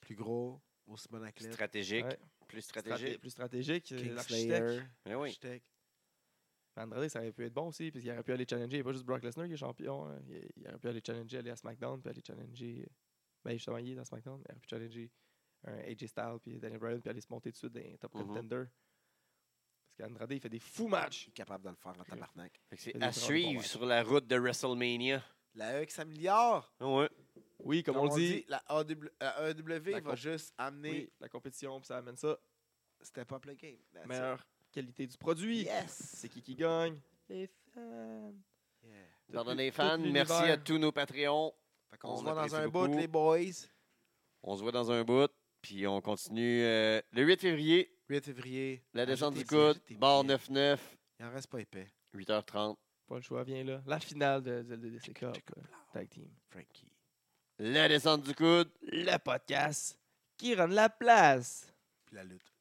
[SPEAKER 3] Plus gros, aussi bon athlète.
[SPEAKER 2] Stratégique.
[SPEAKER 4] Ouais.
[SPEAKER 2] Plus
[SPEAKER 4] Straté-
[SPEAKER 2] stratégique.
[SPEAKER 4] plus stratégique, euh,
[SPEAKER 3] Kingslayer.
[SPEAKER 4] l'architecte.
[SPEAKER 2] Mais oui.
[SPEAKER 3] architecte.
[SPEAKER 4] Mais Andrade, ça aurait pu être bon aussi, parce qu'il aurait pu aller challenger. Il n'y a pas juste Brock Lesnar qui est champion. hein. Il, il aurait pu aller challenger, aller à SmackDown, puis aller challenger. euh, Ben justement, il est à SmackDown, mais il aurait pu challenger un AJ Styles, puis Daniel Bryan, puis aller se monter dessus d'un top
[SPEAKER 2] Mhm.
[SPEAKER 4] contender. Parce qu'Andrade, il fait des fous matchs.
[SPEAKER 3] Il est capable de le faire en tabarnak.
[SPEAKER 2] Fait que
[SPEAKER 4] Il
[SPEAKER 2] c'est
[SPEAKER 4] y a
[SPEAKER 2] à
[SPEAKER 4] des grands
[SPEAKER 2] suivre
[SPEAKER 4] combats.
[SPEAKER 2] sur la route de WrestleMania.
[SPEAKER 3] La E qui s'améliore.
[SPEAKER 2] Ouais.
[SPEAKER 4] Oui, comme, on, le dit.
[SPEAKER 3] la AW, la AEW
[SPEAKER 4] La
[SPEAKER 3] va
[SPEAKER 4] comp-
[SPEAKER 3] juste amener
[SPEAKER 4] oui, la compétition, puis ça amène ça.
[SPEAKER 3] step up le game. That's it.
[SPEAKER 4] Meilleure qualité du produit.
[SPEAKER 3] Yes!
[SPEAKER 4] C'est qui qui gagne? Les fans.
[SPEAKER 3] Yeah.
[SPEAKER 2] Pardonnez
[SPEAKER 4] Tout-
[SPEAKER 2] les
[SPEAKER 4] tout
[SPEAKER 2] fans. Merci
[SPEAKER 4] l'univers.
[SPEAKER 2] à tous nos Patreons.
[SPEAKER 3] Fait qu'on
[SPEAKER 2] On
[SPEAKER 3] se voit dans
[SPEAKER 2] apprécie
[SPEAKER 3] un bout,
[SPEAKER 2] beaucoup.
[SPEAKER 3] les boys.
[SPEAKER 2] On se voit dans un bout. Puis on continue euh, le 8 février,
[SPEAKER 3] 8 février.
[SPEAKER 2] la
[SPEAKER 3] Ajoutez-
[SPEAKER 2] descente du
[SPEAKER 3] ajoutez
[SPEAKER 2] coude,
[SPEAKER 3] tes
[SPEAKER 2] barre
[SPEAKER 3] billets.
[SPEAKER 2] 9-9,
[SPEAKER 3] Il en reste pas épais.
[SPEAKER 2] 8h30.
[SPEAKER 4] Pas le choix, viens là. La finale de, du LDDC Cup.
[SPEAKER 3] Jacob
[SPEAKER 4] euh,
[SPEAKER 3] Blanc,
[SPEAKER 4] Tag team.
[SPEAKER 3] Frankie.
[SPEAKER 2] La descente du coude.
[SPEAKER 4] Le podcast qui rend la place.
[SPEAKER 3] Puis la lutte.